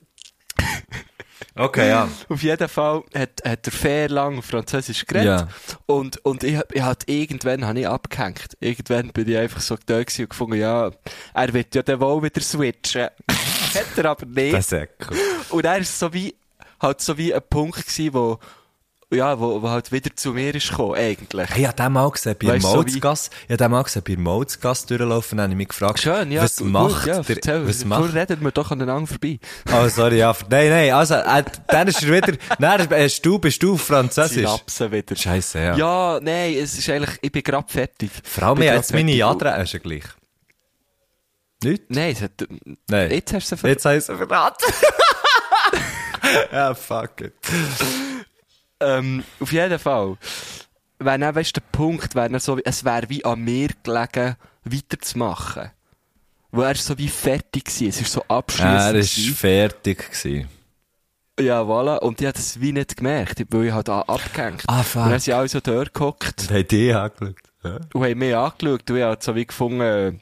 B: Okay, ja.
E: Auf jeden Fall hat, hat er fair lang Französisch geredet.
B: Ja.
E: Und, und ich, hab- ich hat irgendwann habe ich abgehängt. Irgendwann bin ich einfach so da gewesen und gefunden, ja, er wird ja dann wohl wieder switchen. hat er aber nicht.
B: Das ist ja cool.
E: Und er ist so wie, halt so wie ein Punkt gewesen, wo, ja, wo, wo halt wieder zu mir ist gekommen, eigentlich.
B: Hey, ich hab den mal gesehen, bei
E: Weißt du, so
B: Molzgasse, ich hab den mal gesehen, bei Molzgasse durchlaufen, dann hab ich mich gefragt,
E: Schön, ja.
B: was
E: gut,
B: macht
E: ja,
B: der,
E: erzähl.
B: was
E: Du
B: macht
E: redet mir doch aneinander vorbei.
B: Oh, sorry, ja. Nein, nein, also, äh, dann ist er wieder, nein, bist du, bist du auf Französisch.
E: Synapsen wieder.
B: Scheisse, ja.
E: Ja, nein, es ist eigentlich, ich bin grad fertig.
B: Vor allem,
E: Ich bin
B: ja,
E: grad
B: jetzt meine
E: fertig.
B: Adresse ist ja gleich. Nicht?
E: Nein, es hat,
B: Nein.
E: jetzt hast du sie ver-
B: Jetzt heisst es verraten. ja, fuck it.
E: Ähm, auf jeden Fall. Wenn er, weißt, der Punkt wäre, so, wie- es wäre wie an mir gelegen, weiterzumachen. Weil er ist so wie fertig war. Es ist so
B: Er
E: abschließend.
B: war fertig. Gewesen.
E: Ja, voilà. Und ich habe das wie nicht gemerkt, weil ich halt a- abgehängt.
B: Ah, fuck.
E: Und dann sind alle so dort gehockt
B: Und haben die angeschaut. Ja.
E: und haben mich angeschaut und ich habe so wie gefunden, äh,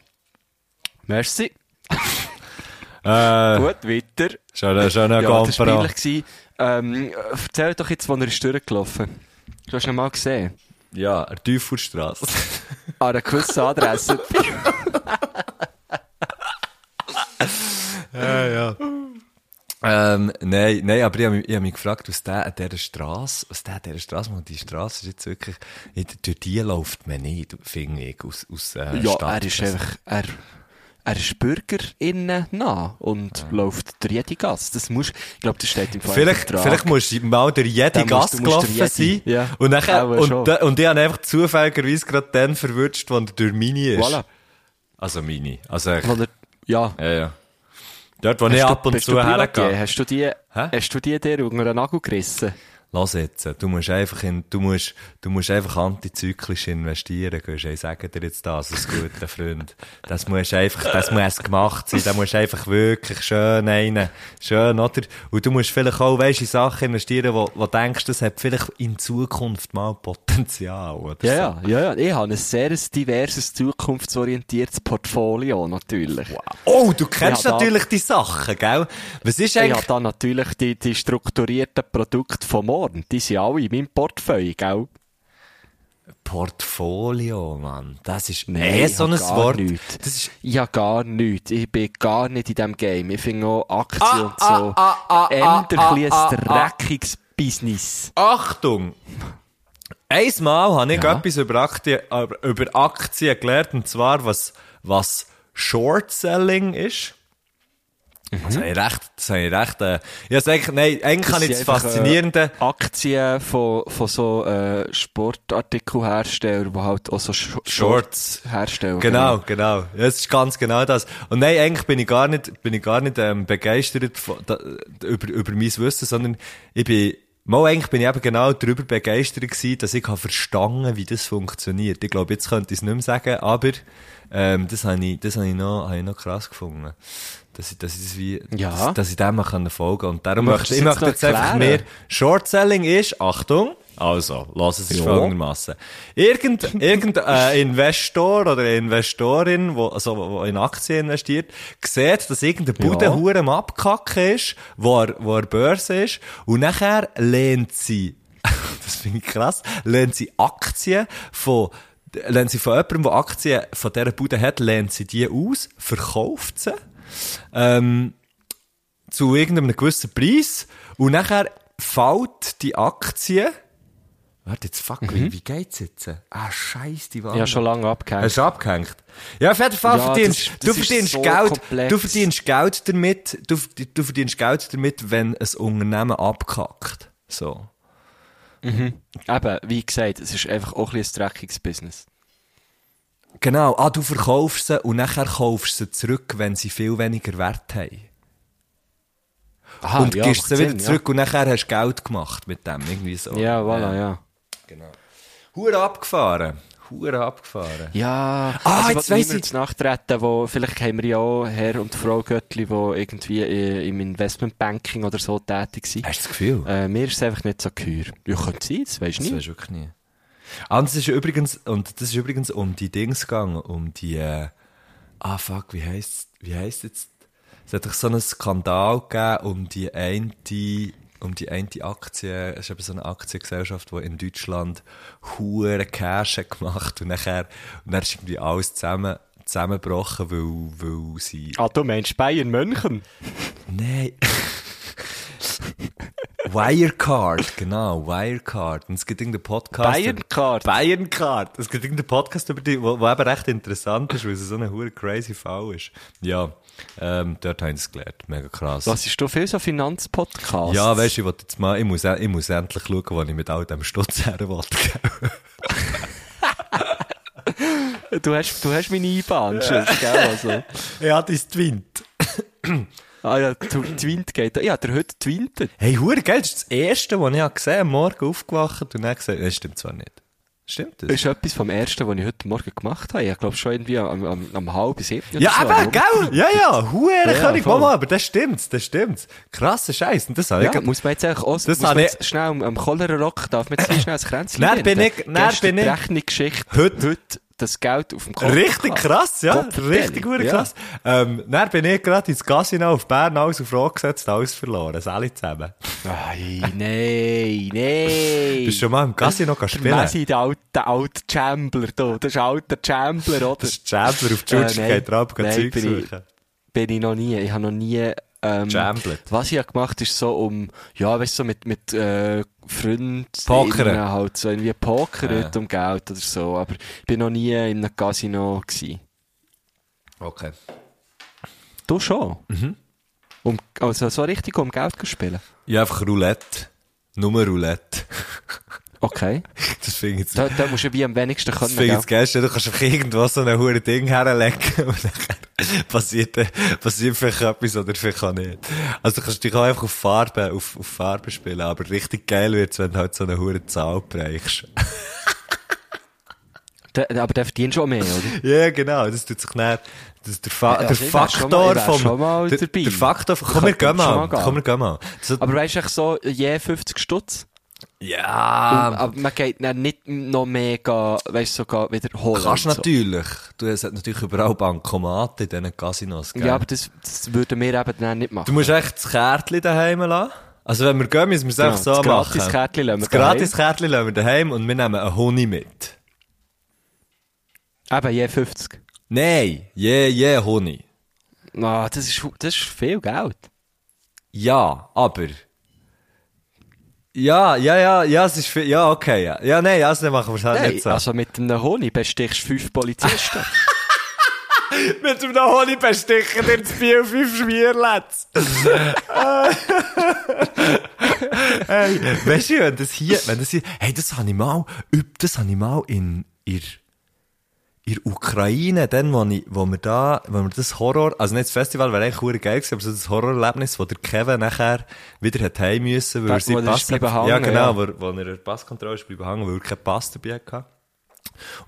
E: merci,
B: Äh, Eh,
E: gut, weiter.
B: schon ein schöner
E: Äh. Ja, das war
B: Gamper.
E: peinlich. gewesen. Ähm, erzähl doch jetzt, wo er ist durchgelaufen. Du hast ihn mal gesehen.
B: Ja, an der Teufelstrasse.
E: An einer gewissen Adresse.
B: Ähm, nein, nein, aber ich habe mich, ich hab mich gefragt, aus der an dieser Straße, aus der an dieser Straße, und die Straße ist jetzt wirklich, nicht- durch die läuft man nicht, finde ich, aus, aus äh,
E: Ja,
B: Stadt-
E: er ist einfach, er, er ist BürgerInnen nah und läuft durch jede Gasse. Das muss, ich glaube, das steht im Fall im
B: Also, Vielleicht,
E: Vertrag.
B: vielleicht musst du mal durch jede
E: Dann musst-
B: Gasse
E: du musst
B: gelaufen
E: durch
B: sein.
E: jede. Ja.
B: Und, nachher,
E: Aber schon.
B: und, da- und ich habe einfach zufälligerweise gerade dann verwünscht, wenn er durch meine ist.
E: Voilà.
B: Also meine. Also ich,
E: Weil er, ja.
B: ja, ja. Dort, wo
E: Hast
B: ich
E: du-
B: ab und
E: bist
B: zu
E: du Privatier?
B: hergehe.
E: Hast du die, hast du die dir unter den Nagel gerissen?
B: Lass jetzt, du musst einfach, in, du musst, du musst einfach antizyklisch investieren, gehst, ich sage dir jetzt das als guter Freund. Das muss einfach, das muss gemacht sein, da musst einfach wirklich schön einen, schön, oder? Und du musst vielleicht auch, weisst, in Sachen investieren, wo, wo denkst, das hat vielleicht in Zukunft mal Potenzial, oder?
E: Ja,
B: so.
E: ja, ja, ja. Ich habe ein sehr diverses, zukunftsorientiertes Portfolio, natürlich.
B: Oh, du kennst
E: Ja, da-
B: natürlich die Sachen, gell? Was ist
E: Ich habe
B: eigentlich,
E: dann natürlich die, die strukturierten Produkte von morgen. Die sind alle in meinem Portfolio, gell?
B: Portfolio, Mann? Das ist
E: Nee,
B: eh so ein
E: ich hab gar
B: Wort.
E: nichts.
B: Das ist
E: Ja, gar nichts. Ich bin gar nicht in diesem Game. Ich finde auch Aktien und
B: ah,
E: so.
B: ah, ah, ah,
E: Änder
B: ah,
E: ein bisschen
B: ah,
E: ein dreckiges Business.
B: Achtung! Einmal habe ich
E: Ja.
B: etwas über Aktien, äh, über Aktien gelernt, und zwar, was, was Short-Selling ist.
E: Mhm.
B: Das habe ich recht, das habe ich recht, äh, ja, sag, nein, eigentlich kann ich das
E: sind einfach, äh,
B: Faszinierende,
E: Aktien von, von so äh, Sportartikelherstellern, die halt auch so Sh
B: Shorts.
E: herstellen.
B: Genau, genau. Ja, es ist ganz genau das. Und nein, eigentlich bin ich gar nicht, bin ich gar nicht ähm, begeistert von, da, über, über mein Wissen, sondern ich bin, mal eigentlich bin ich eben genau darüber begeistert gewesen, dass ich habe verstanden wie das funktioniert. Ich glaube, jetzt könnte ich es nicht mehr sagen, aber ähm, das habe ich, das habe ich, noch, habe ich noch krass gefunden. Dass ich, dass ich das wie,
E: Ja.
B: dass, dass ich dem mal können folgen kann. Und darum
E: Möchtest
B: möchte,
E: du
B: ich
E: es
B: möchte jetzt
E: jetzt noch
B: einfach
E: erklären?
B: mehr, Short-Selling ist, Achtung, also, lass es ja. folgendermassen. Irgend, irgendein äh, Investor oder eine Investorin, wo, also, wo in Aktien investiert, sieht, dass irgendein Bude hure am Abkacken ist, wo er, wo er Börse ist, und nachher lehnt sie, das finde ich krass, lehnt sie Aktien von lehnt sie von jemandem, der Aktien von dieser Bude hat, lehnt sie die aus, verkauft sie, ähm, zu irgendeinem gewissen Preis und nachher fällt die Aktie. Warte jetzt, fuck, wie, wie geht's jetzt? Ah, scheiße, die Wand.
E: Mhm. Ja, schon lange
B: Hast
E: abgehängt.
B: du abgehängt? Ja, auf jeden Fall
E: Ja,
B: verdienst
E: das ist-
B: du
E: das ist
B: verdienst
E: so
B: Geld,
E: komplex.
B: du verdienst Geld damit, du, verd- du verdienst Geld damit, wenn ein Unternehmen abkackt. So.
E: Eben, wie gesagt, es ist einfach auch ein bisschen ein dreckiges Business.
B: Genau, ah, du verkaufst sie und nachher kaufst du sie zurück, wenn sie viel weniger Wert haben.
E: Aha,
B: Ah, und gibst
E: Ah, macht
B: sie wieder
E: Sinn,
B: zurück und nachher hast du Geld gemacht mit dem, irgendwie so.
E: Ja, ja voilà, ja.
B: Genau. Hure abgefahren. Hure abgefahren.
E: Ja,
B: Ah,
E: also
B: jetzt
E: will
B: weiss
E: niemand
B: ich-
E: nachtreten, wo, vielleicht haben wir ja auch Herr und Frau Göttli, die irgendwie i- im Investmentbanking oder so tätig sind.
B: Hast du das Gefühl?
E: Äh, mir ist es einfach nicht so geheuer. Ja, könnte sein, das weisst
B: Das
E: du
B: weiß
E: nicht.
B: wirklich nie. Ah, das ist übrigens, und das ist übrigens um die Dings gegangen, um die, äh, ah fuck, wie heisst, wie heisst jetzt, es hat doch so einen Skandal gegeben um die eine, um die eine Aktie, es ist eben so eine Aktiengesellschaft, die in Deutschland hure Cash hat gemacht und nachher, und dann ist irgendwie alles zusammen, zusammengebrochen, weil, weil sie,
E: Ah, du meinst Bayern München?
B: Nein. Wirecard, genau, Wirecard. Und es gibt irgendeinen Podcast.
E: Bayerncard.
B: Bayerncard. Es gibt irgendeinen Podcast über die, wo, wo eben recht interessant ist, weil es so ein hoher crazy Fall ist. Ja, ähm, dort haben sie es gelernt. Mega krass.
E: Was ist du viel so Finanzpodcasts?
B: ja, weißt du, ich, will jetzt mal, ich, muss, e-, ich muss endlich schauen, wo ich mit all dem Stutz her will. gell?
E: du hast, du hast meine IBAN, schon, gell, also.
B: ja, das ist Twint.
E: Ah ja, tu- Twint geht. Ja, der heute twintet.
B: Hey, Hure, gell? Das ist das Erste, was ich gesehen habe. Am Morgen aufgewacht und dann gesehen, das stimmt zwar nicht. Stimmt das?
E: Das ist etwas vom ersten, was ich heute Morgen gemacht habe. Ich glaube schon irgendwie am, am, am halb siebten. oder
B: Ja,
E: so,
B: eben, gell? Ja, ja, huere
E: Ja,
B: König,
E: voll.
B: Mama, aber das stimmt's, das stimmt's. Krasser Scheiß, und das habe ich...
E: Ja, muss man jetzt eigentlich auch, muss
B: Das
E: man
B: habe
E: jetzt schnell am, am Cholera-Rock, darf man jetzt hier schnell das Kränzchen
B: Dann bin
E: binden?
B: ich- dann
E: Gestern
B: bin ich-
E: die Rechnungsgeschichte,
B: Heute.
E: das Geld auf dem Konto.
B: Richtig
E: gehabt.
B: krass, ja,
E: Gott verdelli,
B: richtig hure
E: ja.
B: krass. Ähm, dann bin ich gerade ins Casino auf Bern, nou alles auf Rot gesetzt, alles verloren, alle zusammen.
E: Ei, nein, nein.
B: Bist du schon mal im Casino gespielt?
E: Nein, der alte, der alte Chambler, da. Das ist alter Chambler, oder?
B: Das ist Jambler auf die Schutz,
E: Äh, nein.
B: geht drauf, geht
E: Nein,
B: Zeug
E: bin ich-
B: suchen.
E: bin ich noch nie. Ich habe noch nie. Ähm,
B: Gejamblet.
E: Was ich habe gemacht ist so um, ja, weißt du, so mit, mit äh, Freunden.
B: Pokern.
E: innen Halt so irgendwie Poker
B: Ja.
E: nicht um Geld oder so. Aber ich bin noch nie in einem Casino. Gewesen.
B: Okay.
E: Du schon?
B: Mhm.
E: Um, also so richtig um Geld zu spielen.
B: Ja, einfach Roulette. Nur Roulette.
E: Okay.
B: Das finde ich jetzt...
E: da, da musst du wie am wenigsten
B: Das
E: können.
B: finde ich
E: Gell?
B: jetzt gestern, du kannst auf irgendwas so ein hohes Ding herlegen und dann passiert, äh, passiert vielleicht etwas oder vielleicht auch nicht. Also du kannst dich auch einfach auf Farbe, auf, auf Farbe spielen, aber richtig geil wird's, wenn du halt so eine hohe Zahl bereichst.
E: Da, aber der verdient schon mehr, oder?
B: ja, genau, das tut sich nicht, das der, Fa
E: Ja,
B: der
E: also ich wär schon
B: Faktor
E: mal- ich wär schon mal
B: vom, der,
E: dabei.
B: der Faktor von, komm,
E: Ich
B: wir
E: könnte
B: gehen
E: schon mal
B: mal,
E: gehen.
B: komm, wir gehen mal. So,
E: Aber weißt du, echt so je 50 Stutz? Um,
B: ja,
E: aber man geht dann nicht noch mehr, gehen, weißt du, sogar wieder holen.
B: kannst
E: und so.
B: natürlich. Du, es hat natürlich überall Bankomaten in diesen Casinos, gell?
E: Ja, aber das, das würden wir eben dann nicht machen.
B: Du musst echt das Kärtchen daheim lassen. Also wenn wir gehen, müssen wir es einfach so
E: das
B: machen.
E: Gratis-Kärtchen lassen wir
B: Das gratis Kärtchen lassen wir daheim und wir nehmen einen Honig mit.
E: Eben, je 50.
B: Nein, je, je Honig.
E: Ah, das, ist, hu- das ist viel Geld.
B: Ja, aber... Ja, ja, ja, ja, es ist viel... Ja, okay, ja. Ja, nein, also dann machen wir es halt
E: Nein,
B: nicht so.
E: also mit einem Honig bestichst du fünf Polizisten.
B: Mit einem Honigbesticher dir das Bier fünf Schmierletz. hey, weißt du, wenn das hier, wenn das hier, hey, das habe ich mal, üb- das habe ich mal in, in, in der Ukraine, dann, wo, ich, wo wir da, wo wir das Horror, also nicht das Festival, wäre eigentlich verdammt geil gewesen, aber so das Horrorerlebnis, wo der Kevin nachher wieder hat heim müssen, weil
E: Da-
B: er
E: wo
B: seinen
E: er
B: Pass
E: ist bleiben
B: Ja,
E: hängen,
B: genau,
E: ja.
B: Wo, wo er in der Passkontrolle ist bleiben hängen, weil er keinen Pass dabei hatte.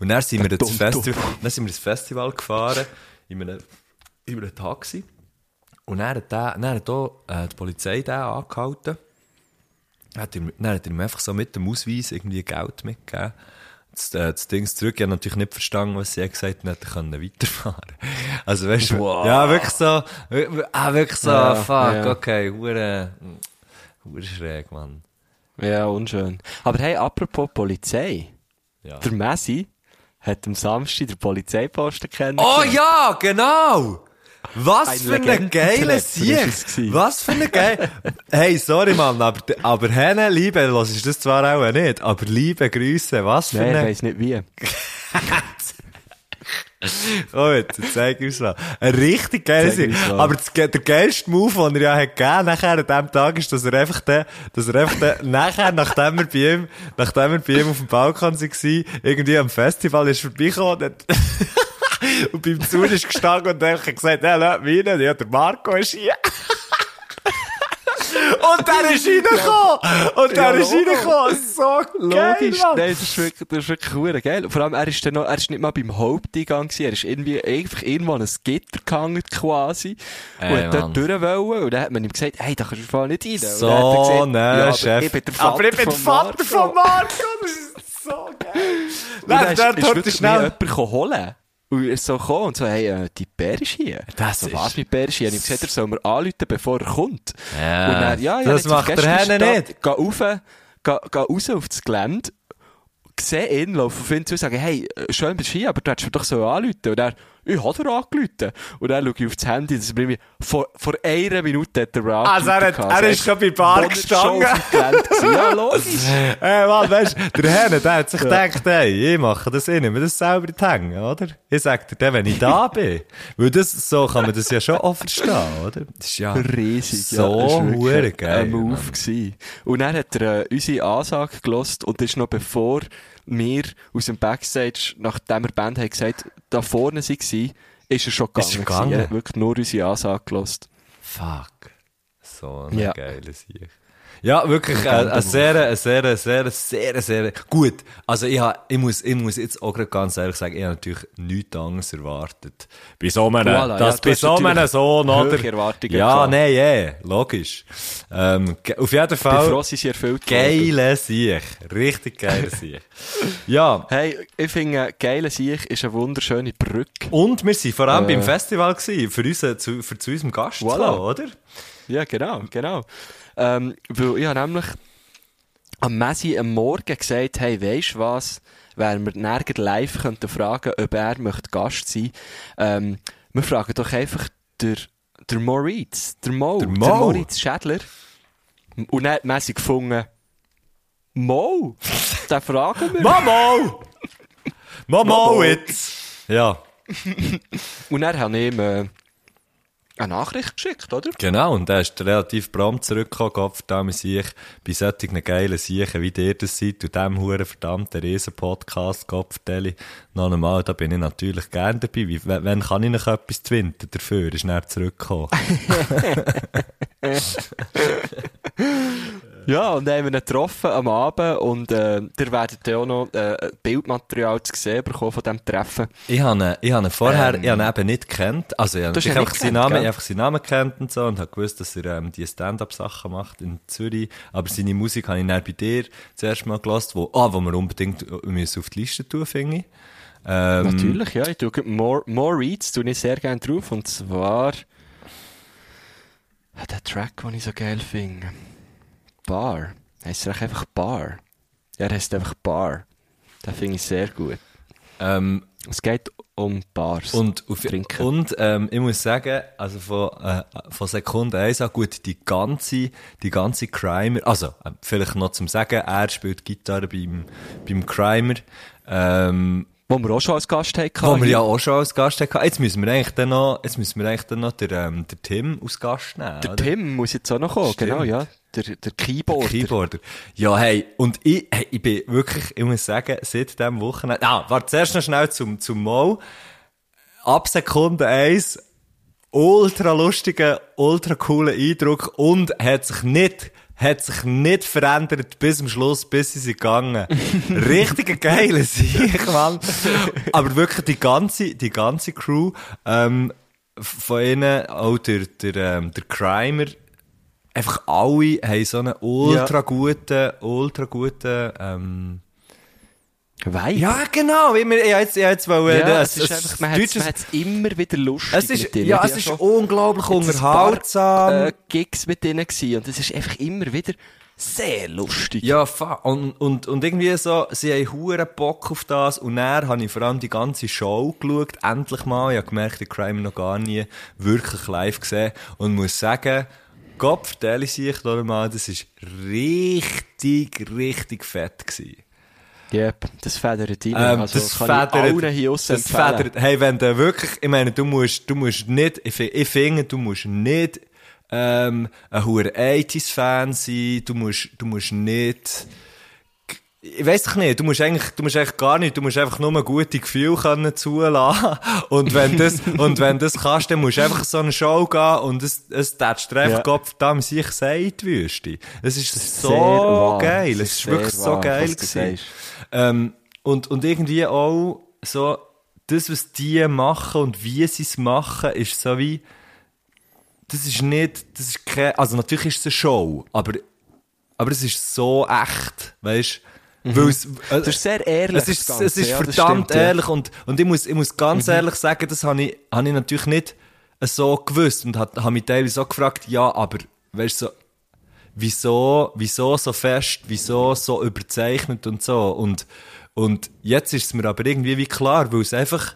B: Und dann sind, wir das
E: dumme
B: Festival, dann sind wir ins Festival gefahren, in einem, in einem Taxi. Und dann hat, der, dann hat auch, äh, die Polizei den angehalten. Hat ihm, dann hat er ihm einfach so mit dem Ausweis irgendwie Geld mitgegeben. Das, äh, das Ding zurück. Ich habe natürlich nicht verstanden, was sie gesagt hat, und hätte können weiterfahren. Also, weißt du, ja, wirklich so, wir- ah, wirklich so,
E: Ja,
B: fuck,
E: ja.
B: okay, hure, hure schräg, Mann.
E: Ja, unschön. Aber hey, apropos Polizei.
B: Ja.
E: Der Messi hat am Samstag den Polizeiposten
B: Oh
E: kennengelernt.
B: ja, genau! Was
E: Ein
B: für ein geiler
E: Legendentreffen ist
B: Sieg!
E: es gewesen.
B: Was für ein geil. hey, sorry Mann, aber, aber Henne, Liebe, los ist das zwar auch nicht, aber liebe Grüße, was für
E: Nein, ich
B: ein.
E: weiss nicht wie.
B: Oh, jetzt zeig uns mal. Ein richtig geiler
E: Zeig
B: Sieg.
E: uns mal.
B: Aber das, ge- der geilste Move, den er ja hat gegeben nachher an diesem Tag, ist, dass er einfach den, dass er einfach den, nachher, nachdem wir bei ihm, nachdem wir bei ihm auf dem Balkon waren, irgendwie am Festival ist vorbeigekommen und hat- und beim Zaun ist gestanden und einfach gesagt, hey, lass mich rein, ja, der Marco ist hier. Und der ist reingekommen! Und der
E: Ja,
B: ist
E: logo.
B: reingekommen! So geil,
E: Logisch,
B: Mann.
E: nein, das ist wirklich, das ist wirklich cool, geil. Vor allem, er ist dann noch, er ist nicht mal beim Haupteingang gewesen, er ist irgendwie, einfach irgendwo an ein Gitter gehangen, quasi. und
B: Ey,
E: hat
B: Mann.
E: dort durch wollen, und dann hat man ihm gesagt, hey, da kannst du voll nicht rein. Und
B: So,
E: dann hat er gesagt,
B: ne,
E: ja, aber
B: Chef.
E: Ich bin der Vater
B: aber ich bin der
E: von
B: Vater
E: Marco.
B: von Marco. Das ist so geil.
E: Und dann
B: Nein,
E: ist,
B: der
E: ist
B: tut
E: wirklich
B: schnell.
E: mir jemand holen. Und er ist so gekommen und so, hey, äh, die Bär ist hier.
B: Das
E: so,
B: ist-
E: was mit Bär ist hier? Und ich hab gesagt, er soll mir anrufen, bevor er kommt.
B: Ja,
E: und dann, ja, ja,
B: das macht der Henne nicht.
E: Geh rauf, geh, geh raus auf das Gelände, sehe ihn, laufe auf ihn zu und sage, hey, äh, schön bist du hier, aber du hättest mir doch so anrufen. Und er, ich hab dir angerufen. Und dann schaue ich auf das Handy, das ist mir irgendwie- vor, vor einer Minute hat er mir
B: Also er hat-
E: angerufen.
B: er ist gerade bei Bar
E: Wo er schon auf dem Gelände war. Ja, logisch.
B: Ey, Mann, weißt du, der Henne, der hat sich gedacht, ey, ich mache das eh nicht mehr, das selber in die Hänge, oder? Ich sag dir, dann, wenn ich da bin. Weil das, so kann man das ja schon oft verstehen, oder? Das ist ja
E: riesig. ja,
B: Ah, so
E: Das ist
B: hure
E: wirklich
B: geil.
E: Ein Move gewesen. Und dann hat er äh, unsere Ansage gelost und das ist noch bevor wir aus dem Backstage, nachdem wir die Band haben gesagt, da vorne waren, ist er schon gegangen.
B: Ist er
E: gewesen.
B: gegangen?
E: Er hat wirklich nur unsere Ansage gelost.
B: Fuck. So ein
E: Ja.
B: geiler Sieg. Ja, wirklich, äh, ein sehr, ein sehr, ein sehr, sehr, sehr gut. Also ich, ha, ich, muss, ich muss jetzt auch grad ganz ehrlich sagen, ich habe natürlich nichts anderes erwartet. Bei so einem,
E: Voilà,
B: das
E: ja, du
B: bei
E: hast
B: so einem
E: natürlich
B: Sohn,
E: höhere
B: oder?
E: Erwartungen
B: Ja,
E: gehabt.
B: nein, eh, logisch. Ähm, ge- auf jeden
E: Ich bin
B: Fall,
E: froh, sie sind erfüllt worden.
B: geiler Sieg. Richtig geiler Sieg. ja,
E: Hey, ich finde, äh, geiler Sieg ist eine wunderschöne Brücke.
B: und wir waren vor allem
E: Äh.
B: beim Festival, gewesen, für, uns, äh, zu, für zu unserem Gast, zu
E: Voilà.
B: kommen, oder?
E: Ja, genau, genau. Ähm, weil ich habe nämlich am Messi am Morgen gesagt, hey, weisst du was, wenn wir nirgend live könnten fragen, ob er möchte Gast sein ähm, wir fragen doch einfach der, der Moritz, der Mo,
B: Der
E: der,
B: Mo.
E: Moritz Schädler. Und dann hat Messi gefunden, Mo, den fragen wir.
B: Mamo! Mamo jetzt! Ja,
E: Und dann haben wir ihm äh, eine Nachricht geschickt, oder?
B: genau. Und er ist relativ prompt zurückgekommen, Gott verdammt sich, bei solchen geilen Siechen, wie ihr das seid, und dem huren verdammten Riesen-Podcast, Gott vertelle. Noch einmal, da bin ich natürlich gern dabei. Wie, w- wann kann ich noch etwas zwinten dafür? Ist er zurückgekommen?
E: Ja, und dann haben wir ihn getroffen am Abend und äh, ihr werdet dann auch noch äh, Bildmaterial zu sehen bekommen von diesem Treffen.
B: Ich habe ihn, ich habe ihn vorher,
E: Ähm.
B: ich habe ihn eben nicht kennt. Also, ich habe
E: hast ihn
B: natürlich einfach
E: nicht
B: seinen
E: gekannt,
B: Namen, ich
E: gell?
B: habe einfach seinen Namen kennt und so und habe gewusst, dass er, ähm, die Stand-up-Sachen macht in Zürich. Aber seine Musik habe ich dann bei dir zuerst mal gelassen, wo, ah, wo wir unbedingt äh, müssen auf die Liste tun, finde ich. Ähm,
E: Natürlich, ja. Ich tue gerade more, more Reads tue ich sehr gerne drauf. Und zwar Ah, der Track, den ich so geil finde. Bar. Heißt er eigentlich einfach Bar? Ja, er heißt einfach Bar. Den finde ich sehr gut.
B: Ähm,
E: Es geht um Bars.
B: und, auf,
E: Trinken.
B: und, ähm, ich muss sagen, also von, äh, von Sekunde 1 an gut, die ganze, die ganze Crimer, also, äh, vielleicht noch zum Sagen, er spielt Gitarre beim, beim Crimer, ähm,
E: Wo wir auch schon als Gast hatten.
B: Wo wir ja auch schon als Gast hatten. Jetzt müssen wir eigentlich dann noch, jetzt müssen wir eigentlich dann noch den, ähm, den Tim als Gast nehmen.
E: Der
B: oder?
E: Tim muss jetzt auch noch kommen,
B: Stimmt.
E: genau, nou, ja. Der, der
B: Der
E: Keyboarder.
B: Keyboarder. Ja, hey, und ich, hey, ich bin wirklich, ich muss sagen, seit diesem Wochenende... Ah, warte, zuerst noch schnell zum, zum Mal. Ab Sekunde eins ultra lustigen, ultra coolen Eindruck und hat sich nicht, hat sich nicht verändert bis zum Schluss, bis sie sind gegangen. Richtig ein geiler Sieg, Mann. Aber wirklich die ganze, die ganze Crew, ähm, von ihnen auch der, der, ähm, der Crimer, einfach alle haben so einen ultra guten, ultra guten, ähm,
E: Weib.
B: ja, genau, ich, ich, ich, jetzt- ich jetzt wollte,
E: Ja,
B: äh,
E: es ist
B: ein-
E: einfach,
B: ein
E: man hat
B: deutsches-
E: es immer wieder lustig
B: es ist,
E: mit denen.
B: ja,
E: Ich
B: es
E: bin
B: ist
E: schon-
B: unglaublich
E: jetzt ein paar,
B: unterhaltsam.
E: Äh, Gigs mit denen gewesen und es ist einfach immer wieder sehr lustig.
B: Ja, fa und, und, und irgendwie so, sie haben huren Bock auf das und dann habe ich vor allem die ganze Show geschaut, endlich mal, ich habe gemerkt, ich habe Crime noch gar nie wirklich live gesehen und muss sagen, Gott vertelle ich sich doch mal, das ist richtig, richtig fett gewesen.
E: Yep, das federt ihn.
B: Ähm,
E: also,
B: das
E: kann
B: federt,
E: ich allen hier aussen
B: das
E: empfehlen.
B: federt, hey, wenn du eh, wirklich, ich meine, du musst, du musst nicht, ich, fi- ich finde, du musst nicht, ähm, ein hoher 80s-Fan sein, du musst, du musst nicht, ich weiß doch nicht, du musst eigentlich, du musst eigentlich gar nicht, du musst einfach nur gute Gefühle können zulassen. Und wenn das, und wenn das kannst, dann musst du einfach so eine Show gehen und es, es tätscht dir einfach
E: Ja.
B: Kopf da sich sagt, Wüste. Es ist so
E: Sehr wahr.
B: geil,
E: Es
B: es
E: ist
B: ist
E: sehr
B: wirklich so
E: wahr,
B: geil
E: was du
B: gewesen.
E: sagst.
B: Ähm, und, und irgendwie auch so, das, was die machen und wie sie es machen, ist so wie, das ist nicht, das ist keine, also natürlich ist es eine Show, aber, aber es ist so echt, weißt äh, du? Weil es,
E: Mhm. Das ist sehr ehrlich.
B: es ist,
E: das
B: es
E: Ganze,
B: ist
E: ja, das
B: verdammt
E: stimmt, ja. Mhm.
B: ehrlich und, und ich muss, ich muss ganz ehrlich sagen, das habe ich, habe ich natürlich nicht so gewusst und habe, habe mich teilweise auch gefragt, ja, aber weißt du, so, wieso, wieso so fest, wieso so überzeichnet und so und, und jetzt ist es mir aber irgendwie wie klar, weil es einfach,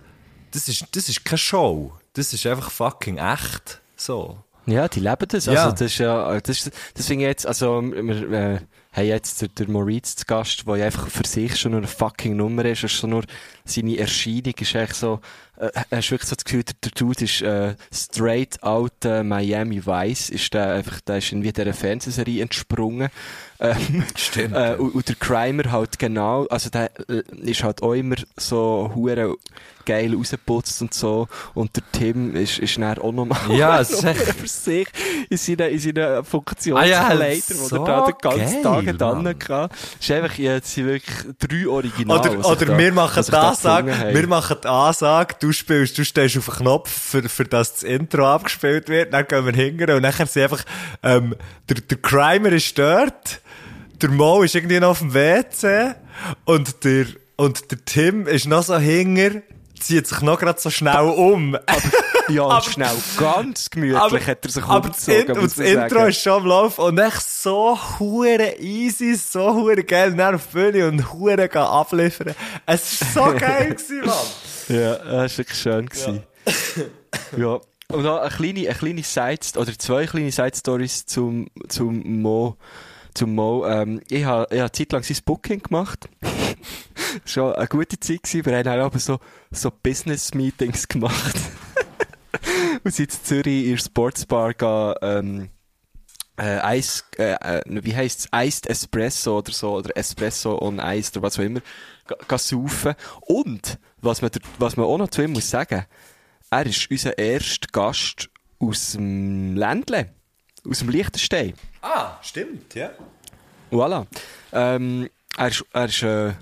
B: das ist, das ist keine Show, das ist einfach fucking echt, so.
E: Ja, die leben das.
B: Ja.
E: Also, das ist ja, das ist, deswegen jetzt, also, wir, äh, haben jetzt den, den Moritz zu Gast, der ja einfach für sich schon nur eine fucking Nummer ist. Es Ist schon nur seine Erscheinung ist echt so, äh, hast du wirklich so das Gefühl, der, der Dude ist, äh, straight out äh, Miami Vice, ist der einfach, der ist irgendwie dieser Fernsehserie entsprungen. Ähm,
B: Stimmt.
E: äh, und, und der Crimer halt genau, also der äh, ist halt auch immer so hure geil rausgeputzt und so. Und der Tim ist, ist dann auch nochmal
B: Ja, es ist echt-
E: für sich in seiner, in seiner Funktion
B: Ah ja,
E: Leiter, wo
B: so
E: er da den ganzen
B: geil,
E: Tag
B: Mann.
E: dran hatte. Ist einfach, jetzt sind wirklich drei Originale.
B: Oder,
E: was ich
B: oder
E: da-
B: wir machen
E: was
B: die
E: ich da
B: Ansage,
E: gefunden habe.
B: wir machen die Ansage, du spielst, du stehst auf den Knopf, für, für das das Intro abgespielt wird, dann gehen wir hingern und nachher sind einfach, ähm, der, der Crimer ist dort, der Mo ist irgendwie noch auf dem WC und der, und der Tim ist noch so hinger, zieht sich noch gerade so schnell um.
E: Ja, und
B: aber-
E: schnell, ganz gemütlich hat er sich
B: aber das, In und das Intro ist schon am Laufen und echt so hure easy, so hure geil, und dann auf die Bühne und hure gehen abliefern. Es ist so geil gewesen, Mann.
E: Ja, das war wirklich schön. gewesen. ja. Und noch eine kleine, eine kleine Side oder zwei kleine Side-Stories zum, zum Mo. Zum Mo. Ähm, ich habe ich hab zeitlang sein Booking gemacht. Schon eine gute Zeit gewesen. Wir haben dann aber so, so Business-Meetings gemacht. Und sind in Zürich in der Sportsbar gehen, ähm, äh, Eis, äh, äh, wie heisst's Iced Espresso oder so, oder Espresso on Ice oder was auch immer, ga- ga saufen. Und, was man, der- was man auch noch zu ihm muss sagen, er ist unser erster Gast aus dem Ländle, aus dem Liechtenstein.
B: Ah, stimmt, ja.
E: Voilà. Ähm, er ist, er ist äh,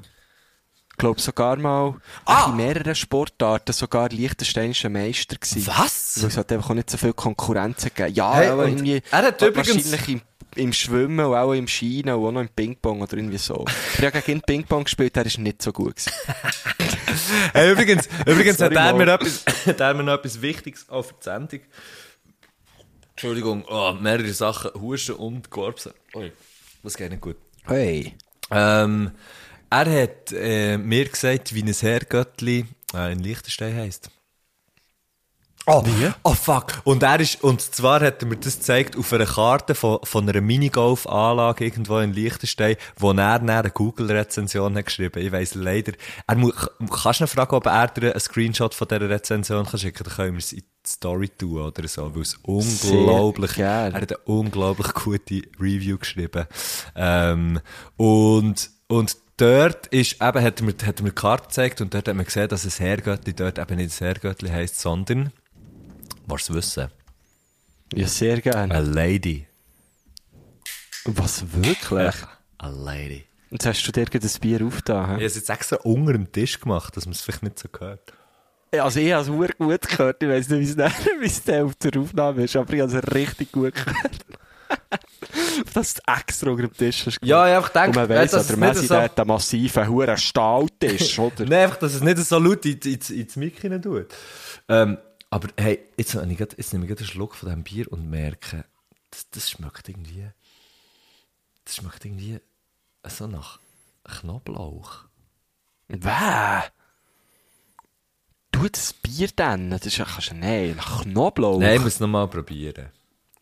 E: glaube sogar mal in mehreren Sportarten sogar liechtensteinischer Meister gewesen.
B: Was?
E: Weil es hat einfach auch nicht so viel Konkurrenz gegeben. Ja,
B: Hey,
E: auch
B: und
E: irgendwie,
B: er hat
E: wa-
B: übrigens-
E: wahrscheinlich im, im Schwimmen und auch im Skien und auch noch im Ping-Pong oder irgendwie so. Ich habe gegen ihn Ping-Pong gespielt, er ist nicht so gut gewesen.
B: Hey, übrigens, übrigens hat
E: Sorry,
B: er
E: Mo.
B: mir, etwas, hat er mir noch etwas Wichtiges auf die Sendung. Entschuldigung, oh, mehrere Sachen, Husten und Korbsen. Ui, das geht nicht gut.
E: Hey.
B: Ähm, er hat äh, mir gesagt, wie ein Herrgöttli äh, in Liechtenstein heisst. Oh, oh fuck. Und er ist, und zwar hat er mir das gezeigt auf einer Karte von, von einer Minigolf-Anlage irgendwo in Liechtenstein, wo er dann eine Google-Rezension hat geschrieben. Ich weiss leider. Er muss, kannst du ihn fragen, ob er dir einen Screenshot von dieser Rezension kann schicken Dann können wir es in die Story tun oder so, weil es unglaublich,
E: gerne.
B: er hat eine unglaublich gute Review geschrieben. Ähm, und, und dort ist eben, hat er mir, hat er mir die Karte gezeigt und dort hat man gesehen, dass es Herrgöttli dort eben nicht Herrgöttli heisst, sondern, was wissen?
E: Ja, sehr gerne.
B: A lady.
E: Äh, Was
B: Äh.
E: wirklich?
B: A lady.
E: Jetzt hast du dir gerade das Bier aufgetan.
B: Ich
E: hä?
B: habe es jetzt extra unter dem Tisch gemacht, dass man es vielleicht nicht so hört.
E: Ja. Also ich habe es sehr gut gehört. Ich weiß nicht, wie es nachher- wie es dann auf der Aufnahme ist, aber ich habe es richtig gut gehört. Dass du extra unter dem Tisch hast gemacht.
B: ich einfach
E: Und man weiss, dass der Messi so... der massive, hure Stahltisch, oder?
B: Nein, einfach, dass es nicht so laut ins, ins, ins Mic hinein tut. Ähm, aber hey, jetzt, habe ich grad, jetzt nehme ich gerade einen Schluck von diesem Bier und merke, das, das schmeckt irgendwie. Das schmeckt irgendwie so nach Knoblauch.
E: Wäh? Du das Bier dann? Das ist ja, kannst du, nein, nach Knoblauch.
B: Nein, ich muss es nochmal probieren.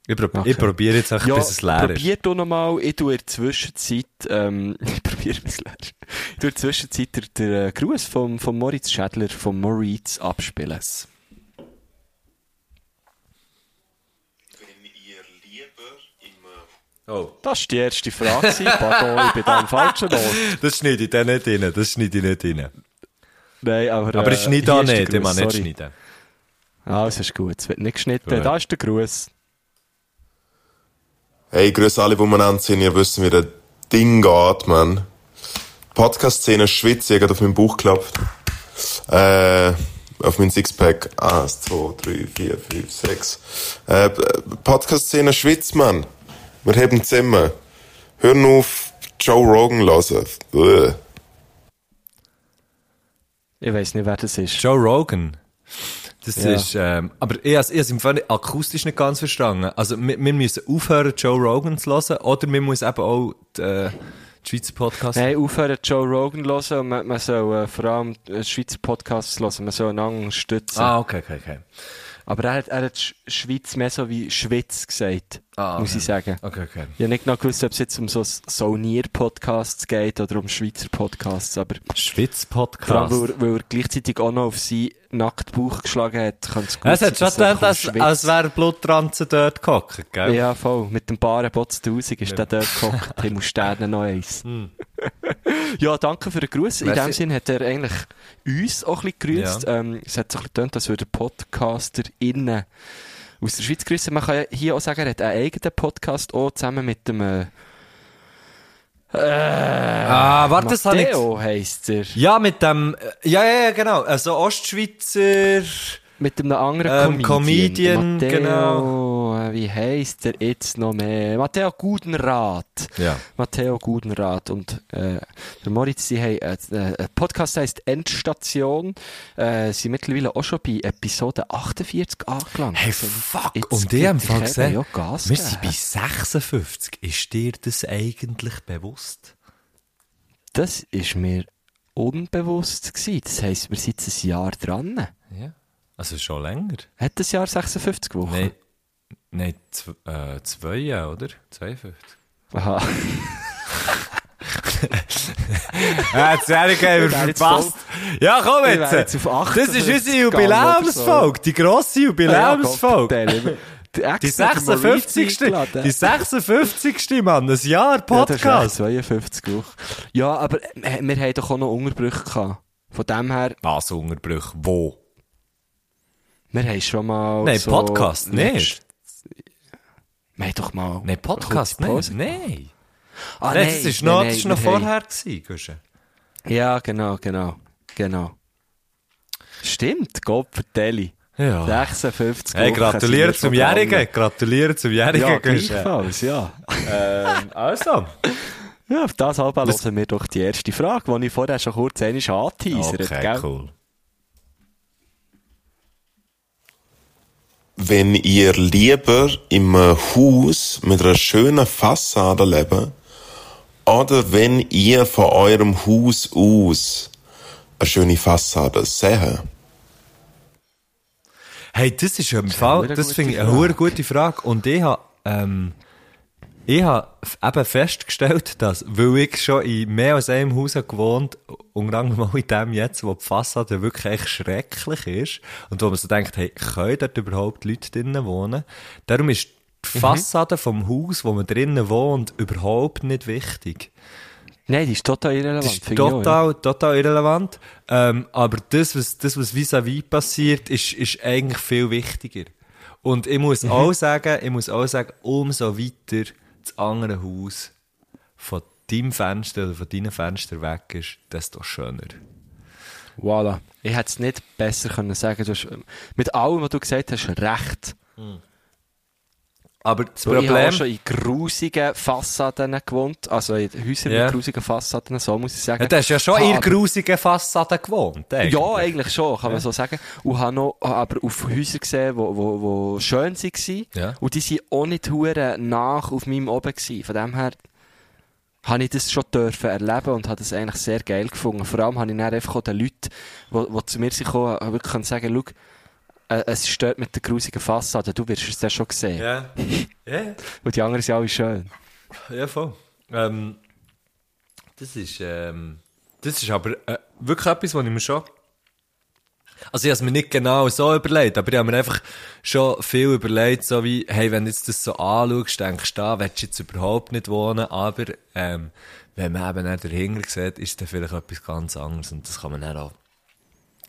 B: Ich, prob
E: Okay.
B: ich probiere jetzt einfach,
E: ja,
B: bis es leer ist.
E: probier doch nochmal, ich tu in der Zwischenzeit, ähm, ich probiere es leer. ist. Ich tu in der Zwischenzeit den, den äh, Gruß vom, vom Moritz Schädler, vom Moritz abspielen.
F: wenn ihr lieber im
B: Oh,
E: Das war die erste Frage, gewesen. pardon, ich bin da am falschen Ort.
B: das schneide ich dann nicht rein. Das schneide ich nicht rein.
E: Nein, aber,
B: Aber
E: äh,
B: ich schneide
E: hier
B: da
E: ist der
B: nicht. Ich
E: Gruß,
B: muss nicht
E: sorry.
B: schneiden.
E: Ah, es ist gut, es wird nicht geschnitten,
B: Gut.
E: da ist der Gruß.
F: Hey, grüß alle, die umeinander sind. Ihr wisst, wie das Ding geht, man. Podcast-Szene schwitzt. Ich hab grad auf meinem Buch geklappt. Äh, auf mein Sixpack. Eins, zwei, drei, vier, fünf, sechs. Äh, Podcast-Szene schwitzt, man. Wir haben zusammen. Hören auf, Joe Rogan hören. Uah.
E: Ich weiss nicht, wer das ist.
B: Joe Rogan. Das
E: Ja.
B: ist, ähm, aber ich habe es im Fall akustisch nicht ganz verstanden. Also, wir, wir müssen aufhören, Joe Rogan zu hören, oder wir müssen eben auch die, äh, die Schweizer Podcasts.
E: Nein, aufhören Joe Rogan hören und man, man soll äh, vor allem äh, Schweizer Podcasts hören, man soll einander unterstützen.
B: Ah, okay, okay, okay.
E: Aber er hat, er hat Sch Schweiz mehr so wie Schwitz gesagt,
B: Ah,
E: muss
B: okay.
E: ich sagen.
B: Okay, okay.
E: Ich habe nicht genau gewusst, ob es jetzt um so Sonier-Podcasts geht oder um Schweizer Podcasts, aber
B: Schweiz
E: vor allem, weil,
B: Podcast.
E: er- weil er gleichzeitig auch noch auf seinen Nacktbauch geschlagen hat, kann es gut
B: Es hat schon
E: dass er
B: gedacht, als,
E: kommt,
B: als
E: Schwitz.
B: wäre Bluttranzen dort gehockt, gell?
E: Ja, voll. Mit dem Baren Botz 1000 ist der dort gehockt. Ich muss sterben noch eins. ja, danke für den Gruß. In
B: Merci.
E: dem Sinn hat er eigentlich uns auch ein bisschen gegrüßt. Ähm, es hat so ein bisschen getönt, als würde Podcaster innen aus der Schweiz grüßen. Man kann ja hier auch sagen, er hat einen eigenen Podcast auch zusammen mit dem äh,
B: Ah, warte, das habe ich.
E: Matteo heisst er.
B: Ja, mit dem, äh, ja, ja, ja, genau. Also, Ostschweizer.
E: Mit einem anderen
B: Ähm,
E: Comedian.
B: Comedian, genau.
E: Matteo, äh, Wie heisst er jetzt noch mehr? Matteo Gudenrat.
B: Ja.
E: Matteo Gudenrat und äh, der Moritz, sie haben äh, äh, ein Podcast heißt Endstation. Äh, sie sind mittlerweile auch schon bei Episode 48 angelangt.
B: Hey,
E: Also,
B: fuck!
E: jetzt
B: Und ich
E: gibt-
B: habe
E: ich
B: Fall
E: kann
B: gesehen,
E: ja Gas
B: wir sind bei
E: geben.
B: 56. Ist dir das eigentlich bewusst?
E: Das ist mir unbewusst gewesen. Das heisst, wir sind jetzt ein Jahr dran.
B: Ja. Also schon länger?
E: Hat das Jahr 56 Wochen?
B: Nein. Nein, zw äh, zwei, ja, oder? 52.
E: Aha.
B: Ja, das Jährige haben Äh, wir
E: wären jetzt
B: verpasst. Ja, komm
E: Wir
B: jetzt.
E: wären jetzt auf
B: das ist
E: 58
B: unsere
E: gegangen oder so.
B: Jubiläumsfolge, die grosse Jubiläumsfolge. die 56. Die
E: Die
B: 56. Mann, ein Jahr Podcast.
E: Ja, das ist recht, 52 Wochen. Ja, aber äh, wir haben doch auch noch Unterbrüche gehabt. Von dem her,
B: Was, Unterbruch? Wo?
E: wir haben schon mal.
B: Nein,
E: so
B: Podcast nicht.
E: Wir haben doch mal.
B: Nein, Podcast
E: Kurze
B: nicht.
E: Pause.
B: Nein.
E: Ah,
B: Nein, das ist noch,
E: nein,
B: das ist
E: nein,
B: noch
E: wir haben-
B: vorher gewesen, Guschen.
E: Ja, genau, genau. Genau. Stimmt, Gott vertelle.
B: Ja.
E: 56
B: Hey,
E: Wochen
B: gratuliere
E: sind
B: zum
E: wir schon dran.
B: Jährigen. Gratuliere zum
E: Ja,
B: Jährigen, Guschen.
E: gleichfalls, ja.
B: Ähm, also.
E: Ja, auf das halb hören wir doch die erste Frage, die ich vorher schon kurz einmal angeteasert habe.
B: Okay, Oh, cool.
F: wenn ihr lieber im Haus mit einer schönen Fassade leben oder wenn ihr von eurem Haus aus eine schöne Fassade sehen.
B: Hey, das ist im
E: eine
B: Fall,
E: sehr
B: das
E: gute
B: finde ich eine
E: Frage.
B: hure gute Frage. Und ich habe, ähm, ich habe f- eben festgestellt, dass, weil ich schon in mehr als einem Haus habe gewohnt und anderem auch in dem jetzt, wo die Fassade wirklich echt schrecklich ist und wo man so denkt, hey, können dort überhaupt Leute drinnen wohnen? Darum ist die Fassade vom Haus, wo man drinnen wohnt, überhaupt nicht wichtig.
E: Nein, die ist total irrelevant.
B: Das ist
E: finde ich auch, ja.
B: total, total irrelevant. Ähm, aber das, was, das, was vis-à-vis passiert, ist, ist eigentlich viel wichtiger. Und ich
E: Mhm.
B: muss auch sagen, ich muss auch sagen, umso weiter das andere Haus von deinem Fenster oder von deinem Fenster weg ist, desto schöner.
E: Voilà. Ich hätte es nicht besser können sagen. Du hast, ähm, mit allem, was du gesagt hast, recht.
B: Aber das
E: Ich habe auch
B: Problem,
E: schon in grusigen Fassaden gewohnt. Also in Häusern
B: Ja.
E: mit grusigen Fassaden, so muss ich sagen.
B: ja, du hast ja schon
E: Habe
B: in
E: aber-
B: grusigen Fassaden gewohnt. Eigentlich.
E: Ja, eigentlich schon, kann man so sagen. Und habe noch habe aber auf Häuser gesehen, wo, wo, wo schön waren.
B: Ja.
E: Und die waren auch nicht hure nach auf meinem Oben. Gewesen. Von dem her habe ich das schon dürfen erleben und habe das eigentlich sehr geil gefunden. Vor allem habe ich dann einfach auch den Leuten, die, die zu mir sind gekommen, habe wirklich können sagen, schau, äh, es stört mit der grusigen Fassade, du wirst es ja schon sehen.
B: Ja, ja,
E: Und die anderen sind alle schön.
B: ja voll. Ähm, das ist, ähm, das ist aber äh, wirklich etwas, was ich mir schon Also ich habe es mir nicht genau so überlegt, aber ich habe mir einfach schon viel überlegt, so wie, hey, wenn du jetzt das so anschaust, denkst du, da willst du jetzt überhaupt nicht wohnen, aber ähm, wenn man eben nicht dahinter sieht, ist dann vielleicht etwas ganz anderes und das kann man dann auch,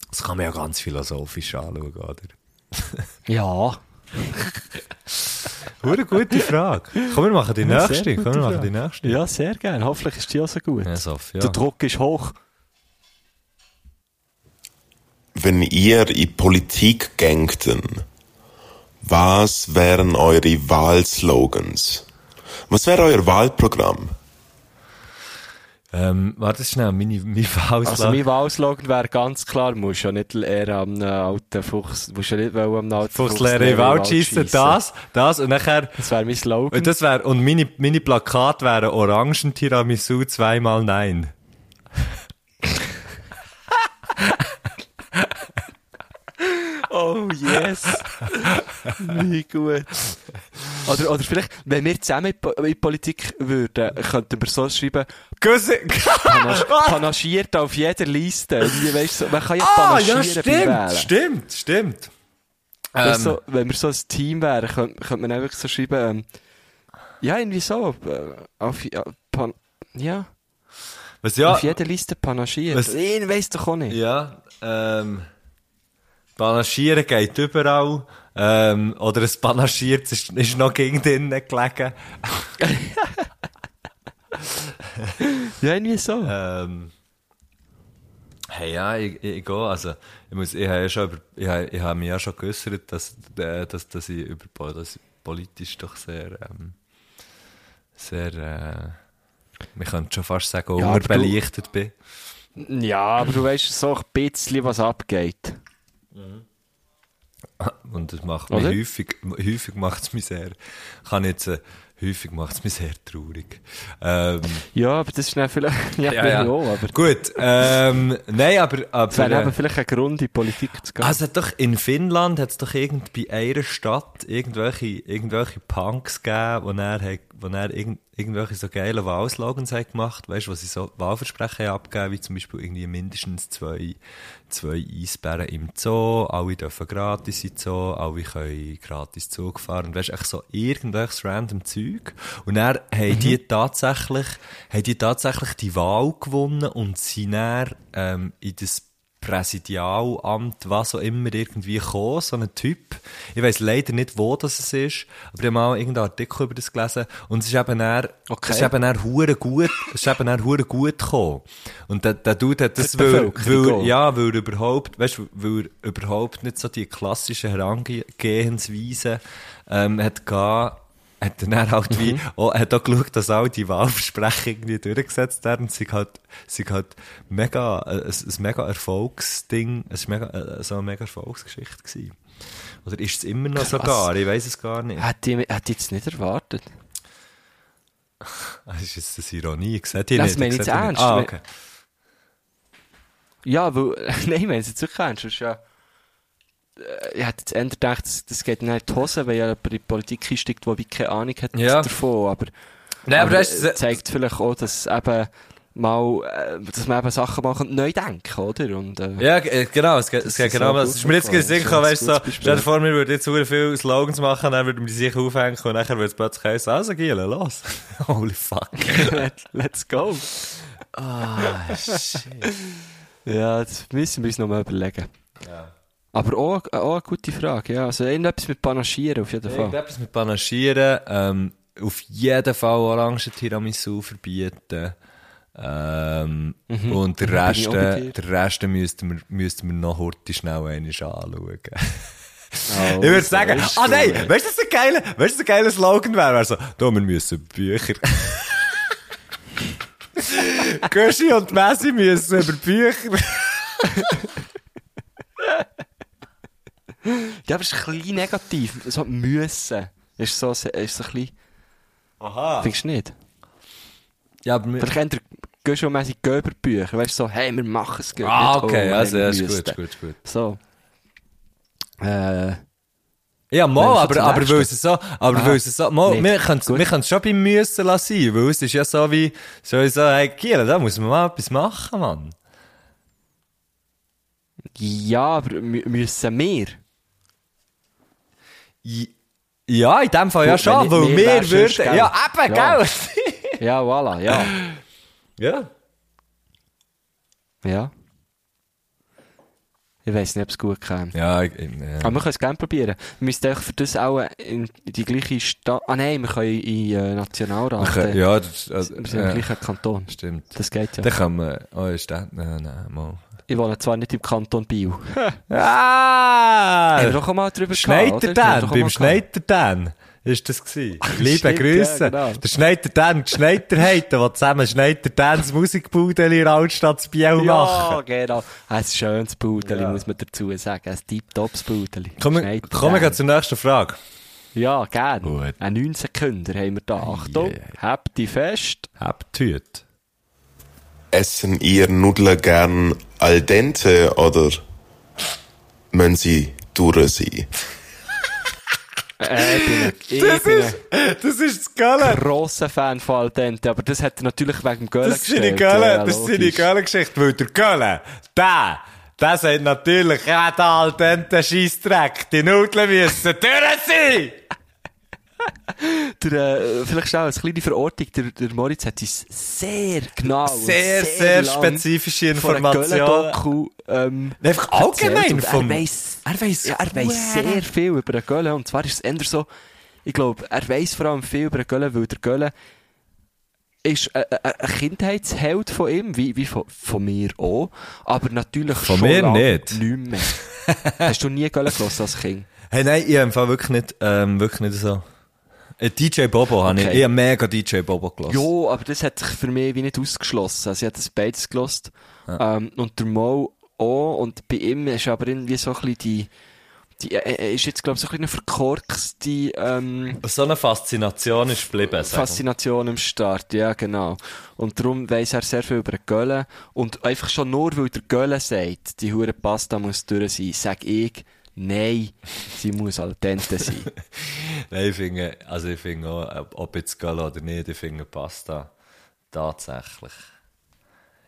B: das kann man ja ganz philosophisch anschauen, oder?
E: Ja.
B: Hure gute Frage. Komm, wir machen die
E: Sehr
B: nächste. Komm,
E: gute
B: wir machen
E: Frage.
B: die nächste.
E: Ja, sehr gerne. Hoffentlich ist die auch so gut.
B: Ja, Sof, ja.
E: Der Druck ist hoch.
F: Wenn ihr in Politik gängten, was wären eure Wahlslogans? Was wäre euer Wahlprogramm?
B: Ähm, warte schnell, meine, meine Wahl
E: Also mein Wahlslogan wäre ganz klar, musst ja nicht eher am äh, alten Fuchs, musst ja nicht wollen, am alten
B: Fuchslehrer
E: in
B: in Wald schiessen, das, das und nachher...
E: Das wäre mein Slogan.
B: Und das wär, und meine, meine Plakat wären Orangen Tiramisu zweimal nein.
E: oh yes! Wie gut. Oder, oder vielleicht, wenn wir zusammen in, Po- in Politik würden, könnten wir so schreiben,
B: Güsse,
E: panasch, panaschiert auf jeder Liste. Irgendwie, Weißt, du, so, man kann ja
B: ah, ja,
E: panaschieren bei
B: stimmt,
E: Wählen.
B: stimmt, stimmt.
E: Weißt,
B: Ähm,
E: so, wenn wir so ein Team wären, könnte, könnte man einfach so schreiben, ähm, ja, irgendwie so, äh, auf, ja, pan, ja.
B: was ja,
E: Auf jeder Liste panaschiert.
B: Was-
E: Ich weiss doch auch nicht.
B: ja, ähm, Panaschieren geht überall, ähm, oder ein Panaschiert ist, ist noch gegen drinnen gelegen.
E: Ja, irgendwie so.
B: Ähm, hey, ja, ich, ich, ich gehe. Also, ich, muss, ich habe ja schon über, ich habe, ich habe mich ja schon geäußert, dass, äh, dass, dass ich über Pol- dass ich politisch doch sehr, ähm, sehr, äh, man könnte schon fast sagen,
E: Ja, aber du-
B: unterbelichtet bin.
E: Ja, aber du weißt so ein bisschen, was abgeht.
B: Und das macht mich
E: Oder?
B: häufig, häufig macht es mich sehr, kann jetzt, äh, häufig macht es mich sehr traurig. Ähm,
E: Ja, aber das ist dann vielleicht. Ja,
B: ja,
E: bin
B: ja.
E: ich auch, aber.
B: Gut, ähm, nein, aber, aber.
E: Es wäre
B: äh,
E: eben vielleicht ein Grund, in die Politik zu gehen.
B: Ah, es hat doch in Finnland hat es doch irgend bei einer Stadt irgendwelche, irgendwelche Punks gegeben, wo er, hat- wo er irgend, irgendwelche so geile Wahlslogans hat gemacht weißt du, wo sie so Wahlversprechen haben abgegeben wie zum Beispiel irgendwie mindestens zwei, zwei Eisbären im Zoo, alle dürfen gratis in den Zoo, alle können gratis Zug fahren, und weißt du, echt so irgendwelches random Zeug. Und dann haben die tatsächlich, haben die tatsächlich die Wahl gewonnen und sind dann, ähm, in das Präsidialamt, was auch immer, irgendwie gekommen, so ein Typ. Ich weiß leider nicht, wo das es ist, aber ich habe mal irgendeinen Artikel über das gelesen und es ist eben er,
E: Okay.
B: es ist eben er hure gut, es ist eben er hure gut gekommen. Und der, der Dude hat das,
E: Für die
B: weil,
E: Bevölkerung
B: weil,
E: auch.
B: ja, weil er überhaupt, weißt du, weil er überhaupt nicht so die klassische Herangehensweise, ähm, hat gehabt, hat er dann
E: Mhm.
B: halt wie, auch, hat auch geschaut, dass all die Wahlversprechen irgendwie durchgesetzt werden. Sie hat, sie hat mega, äh, ein, ein mega Erfolgsding, es ist mega, äh, so eine mega Erfolgsgeschichte gewesen. Oder ist es immer noch sogar? Ich weiß es gar nicht.
E: Hätte ich, hätte ich jetzt nicht erwartet.
B: Das Ah, ist jetzt eine Ironie. Seht ihr
E: Das
B: nicht?
E: meine ich
B: Seht ihr
E: jetzt
B: nicht?
E: ernst.
B: Ah, okay.
E: Ja, weil. Nein, wenn du es jetzt wirklich kennst, ist ja. äh, ich hätte jetzt eher gedacht, das, das geht nicht in die Hose, weil ja jemand in die Politik einsteigt, der wie keine Ahnung hat
B: Ja.
E: davon. Aber,
B: Nein, aber,
E: aber
B: das ist,
E: äh, zeigt vielleicht auch, dass eben mal, äh, dass man eben Sachen mal neu denken, oder? Und, äh,
B: Ja, g- äh, genau, es geht, es geht
E: ist
B: genau.
E: so
B: Es ist
E: gut
B: mir jetzt
E: gekommen.
B: gesehen,
E: Das ist ein
B: weißt du, so,
E: gutes Beispiel.
B: stell dir vor, wir würden jetzt sehr viele Slogans machen, dann würden wir die sicher aufhängen und dann würde es plötzlich heißen, also Giele, los. Holy fuck.
E: Let, let's go.
B: Ah, shit.
E: Ja, das müssen wir uns nochmal überlegen. Aber auch, auch eine gute Frage, ja. Also irgendetwas mit Panaschieren auf jeden Fall.
B: Irgendetwas mit Panaschieren, ähm, auf jeden Fall Orangen Tiramisu verbieten. Ähm, Und den
E: Da Mhm. bin ich
B: Rest,
E: auch bei dir.
B: den Rest müssten wir, müssten wir noch heute schnell einmal anschauen.
E: Oh,
B: Ich würde
E: so
B: sagen,
E: ist
B: ah
E: es
B: nein,
E: schon,
B: weißt du, was ein geiler, weißt du, was ein geiler Slogan wäre? Wäre so, da, wir müssen Bücher. Göschi und Messi müssen über Bücher.
E: Ja, aber es ist ein bisschen negativ. So müssen. Ist so, ist so ein bisschen...
B: Ah.
E: Aha. Findest du nicht?
B: Ja, aber wir,
E: Vielleicht eher Göschel-mässig Göberbücher. Weißt du, so, hey, wir machen es gut.
B: Ah,
E: Nicht,
B: okay,
E: wir
B: also, ja, ist
E: müssen.
B: gut, ist gut, ist gut.
E: So. Äh,
B: ja, mal,
E: Mensch,
B: aber,
E: zum
B: aber weil es
E: Nächsten.
B: so, aber weil es so, mal,
E: nicht.
B: wir können
E: Gut.
B: es schon beim Müssen lassen, sein, weil es ist ja so wie, so wie so, hey, Kiel, da muss man mal etwas machen, Mann.
E: ja, aber mü- müssen wir?
B: Ja, in dem Fall ja
E: Gut,
B: schon,
E: wenn
B: weil
E: nicht
B: wir,
E: wir, wär sonst,
B: würden,
E: gell?
B: ja, eben,
E: Ja.
B: gell?
E: Ja, voilà, ja.
B: ja.
E: ja. Ich weiss nicht, ob es gut käme.
B: Ja, ich, ja.
E: Aber wir können es gerne probieren. Wir müssen doch für das auch in die gleiche Stadt. Ah nein, wir können in äh, Nationalrat.
B: Okay,
E: äh,
B: ja, das, also,
E: Wir sind im
B: ja,
E: gleichen Kanton.
B: stimmt.
E: Das geht ja.
B: Dann kann man, oh, ist das, nein, nein, mal.
E: Ich wohne zwar nicht im Kanton
B: Äh,
E: Biel. Haben wir
B: Ah!
E: doch einmal drüber
B: Schneider
E: gehabt, oder? Haben wir
B: Dan,
E: doch einmal
B: beim
E: gehabt.
B: Schneider Dan ist das gewesen. Liebe
E: Stimmt,
B: Grüße.
E: Oh, ja, genau.
B: Der Schneider Dan, die Schneiderheiten, die zusammen Schneider Dans Musikbude in der Altstadt Biel
E: Ja,
B: machen.
E: genau. Ein schönes Pudeli, muss man dazu sagen. Ein tiptops Pudeli.
B: Kommen wir
E: Schneider
B: kommen wir
E: Dan.
B: gleich zur nächsten Frage.
E: Ja, gerne.
B: Gut.
E: Ein 19-Künder haben wir da. Achtung, habt die fest.
B: Habt die Hüte.
F: Essen ihr Nudeln gern al dente oder müssen sie durch sein?
E: Äh, ich bin ein- ich
B: Das
E: bin
B: ist,
E: ein
B: das ist das Geile.
E: grosser Fan von Al Dente, aber das hat er natürlich wegen dem Göhlen
B: Das ist seine
E: gestellt. Ja,
B: Göhle, das ist seine
E: logisch.
B: Göhle-Geschichte, weil der Göhle, der, der sagt natürlich, ja, der alte Scheissdreck, die Nudeln müssen durch sein!
E: Der, äh, vielleicht schnell eine kleine Verortung. Der, der Moritz hat uns sehr genau. und
B: Sehr, sehr
E: Oh, lang
B: spezifische
E: von einer
B: Informationen.
E: Göhlen-Doku, Ähm,
B: Einfach
E: erzählt
B: allgemein
E: und
B: vom...
E: Er weiss, er weiss, ja, er weiss sehr viel über den Göhlen. Und zwar ist es eher so, ich glaube, er weiss vor allem viel über den Göhlen, weil der Göhlen ist ein, ein ein Kindheitsheld von ihm, wie, wie von, von mir auch. Aber natürlich
B: Von
E: schon
B: mir
E: lange
B: nicht.
E: nicht mehr. Hast du nie Göhlen gehört als Kind?
B: Hey, nein, ich hab im Fall wirklich nicht, ähm, wirklich nicht so... Äh, DJ Bobo hab ich,
E: Okay.
B: ich hab mega DJ Bobo gelassen.
E: Ja, aber das hat sich für mich wie nicht ausgeschlossen. Also ich habe das beides gelost. Ähm, und der Mo auch. Und bei ihm ist aber irgendwie so ein bisschen die, die er- er ist jetzt glaube ich so ein bisschen eine verkorkste ähm,
B: So eine Faszination ist geblieben, sag ich.
E: Faszination am Start. Ja, genau. Und darum weiss er sehr viel über den Göllen. Und einfach schon nur, weil der Göllen sagt, die hure Pasta muss durch sein, sag ich, nein, sie muss al dente sein.
B: Nein, ich finde, also ich finde auch, ob- ob jetzt Gala oder nicht, ich finde Pasta tatsächlich.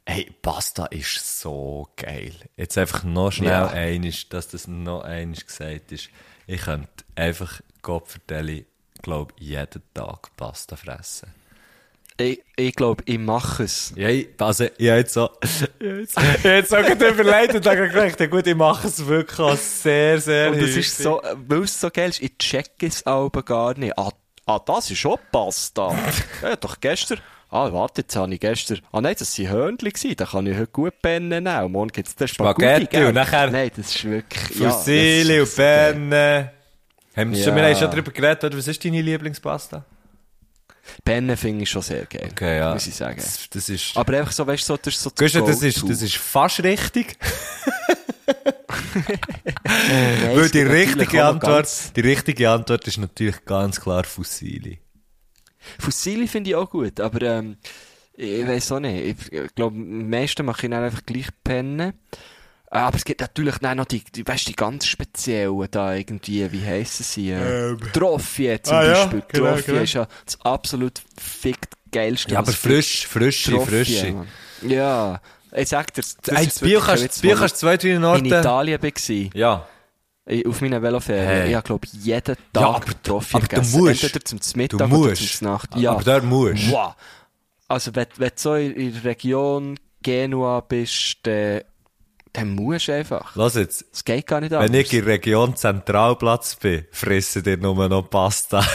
B: Hey, Pasta ist so geil. Jetzt einfach noch schnell
E: Ja.
B: einisch, dass das noch einisch gesagt ist. Ich könnte einfach Gottverdeli, glaube jeden Tag Pasta fressen.
E: ich ich glaube, ich mache es.
B: Ja, ich, also, ich habe jetzt so, ich habe jetzt, ich habe jetzt so gerade überlegt und dann gedacht, ja gut, ich mache es wirklich auch sehr, sehr
E: Und es
B: häufig.
E: ist so, weil es so geil ist, ich check es aber gar nicht. Ah, ah das ist auch Pasta. ja, doch gestern. Ah, warte, jetzt habe ich gestern. Ah, nein, das waren Hörnchen. gewesen. Da kann ich heute gut pennen. Auch. Morgen gibt es den Spaghetti.
B: Spaghetti
E: gell?
B: und nachher
E: Nein, das ist wirklich. ja, das ist
B: Fusilli und
E: so geil.
B: Penne. Haben wir,
E: Ja.
B: schon, wir haben schon darüber geredet, oder? Was ist deine Lieblingspasta?
E: Penne finde ich schon sehr geil. Muss ich sagen.
B: Das, das ist...
E: Aber einfach so, weißt du, so, das ist so das
B: Gusch, das
E: Go-To.
B: ist, das ist fast richtig,
E: Nein,
B: weil
E: es
B: die
E: gibt natürlich auch
B: richtige
E: noch
B: Antwort,
E: ganz-
B: die richtige Antwort ist natürlich ganz klar Fusilli.
E: Fossili finde ich auch gut, aber ähm, ich weiß auch nicht. Ich, ich glaube, am meisten mache ich dann einfach gleich pennen. Äh, aber es gibt natürlich dann noch die, die, weißt, die ganz speziellen da irgendwie, wie heissen sie? Äh, Trophäe zum
G: Ähm. ah ja,
E: Beispiel.
G: genau,
E: Trophäe
G: genau.
E: ist ja das absolut fickt geilste.
B: Ja, aber
E: was es gibt.
B: frisch, frische,
E: Trophäe,
B: frische.
E: Mann. Ja, ich sag dir, das,
B: Hey,
E: ist
B: das Bier
E: wirklich ein
B: kannst
E: Witz,
B: das Bier
E: wo
B: kannst du zwei, drei
E: ich in
B: Orten...
E: Italien war.
B: Ja.
E: Ich- Auf meinen Veloferien.
B: Hey.
E: Ich habe, glaube jeden Tag
B: Ja, aber du-
E: Trophäe
B: aber du
E: gegessen.
B: musst.
E: Entweder zum
B: Du
E: Mittag oder
B: musst.
E: zum Nacht.
B: Aber dort musst.
E: Wow. Also, wenn, wenn du so in, in der Region Genua bist, dann, dann musst du einfach.
B: Lass jetzt.
E: Es geht gar nicht anders.
B: Wenn ich in der Region Zentralplatz bin, fressen die nur noch Pasta.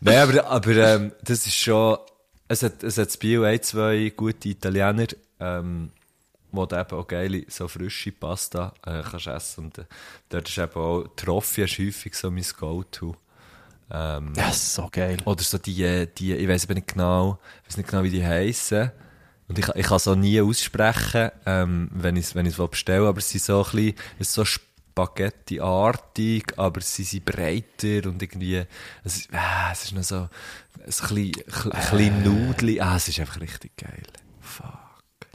B: Nein, aber, aber ähm, das ist schon. Es hat, es hat in Bio ein, zwei gute Italiener, ähm, wo du eben auch geile, so frische Pasta äh, kannst essen. Und äh, dort ist eben auch Trophy ist häufig so mein Go-To.
E: Das ist so geil.
B: Oder so die, äh, die ich weiß nicht genau, weiß nicht genau, wie die heißen. Und ich, ich kann es auch nie aussprechen, ähm, wenn ich es wenn ich's will bestellen aber sie sind so ein bisschen, es ist so Spaghetti-artig, aber sie sind breiter und irgendwie, es, ist- äh, es ist noch so, ein bisschen, ein bisschen Nudli, ah, es ist einfach richtig geil.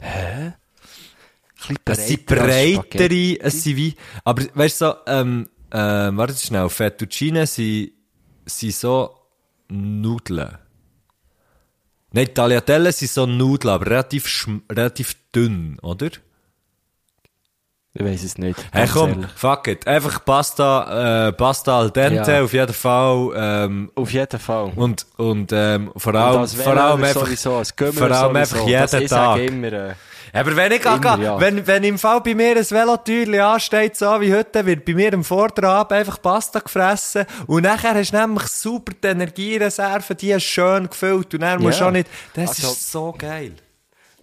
E: Ein bisschen
B: Es sind
E: breiter als Spaghetti.
B: breitere, es sind wie, aber weißt du, so, ähm, ähm, warte schnell, Fettuccine sind, sind so Nudeln. Nein, Tagliatelle sind so Nudeln, aber relativ, schm- relativ dünn, oder?
E: Ich weiß es nicht.
B: Hey,
E: ganz
B: komm,
E: ehrlich.
B: fuck it. Einfach Pasta, äh, Pasta al dente,
E: Ja.
B: auf jeden Fall, ähm,
E: Auf jeden Fall.
B: und, und, ähm, vor
E: Und
B: allem,
E: als
B: vor
E: Veloer
B: allem einfach,
E: sowieso, als Gümmeler
B: vor allem einfach
E: sowieso.
B: jeden
E: das, ich
B: Tag.
E: sage immer, äh,
B: Aber wenn ich
E: Immer,
B: gehe,
E: ja.
B: wenn, wenn im Fall bei mir ein Velotürli ansteht, so wie heute, wird bei mir im Vorderabend einfach Pasta gefressen und nachher hast du nämlich super die Energiereserve, die hast du schön gefüllt und dann musst du
E: Ja.
B: auch nicht... Das
E: Also-
B: ist so geil.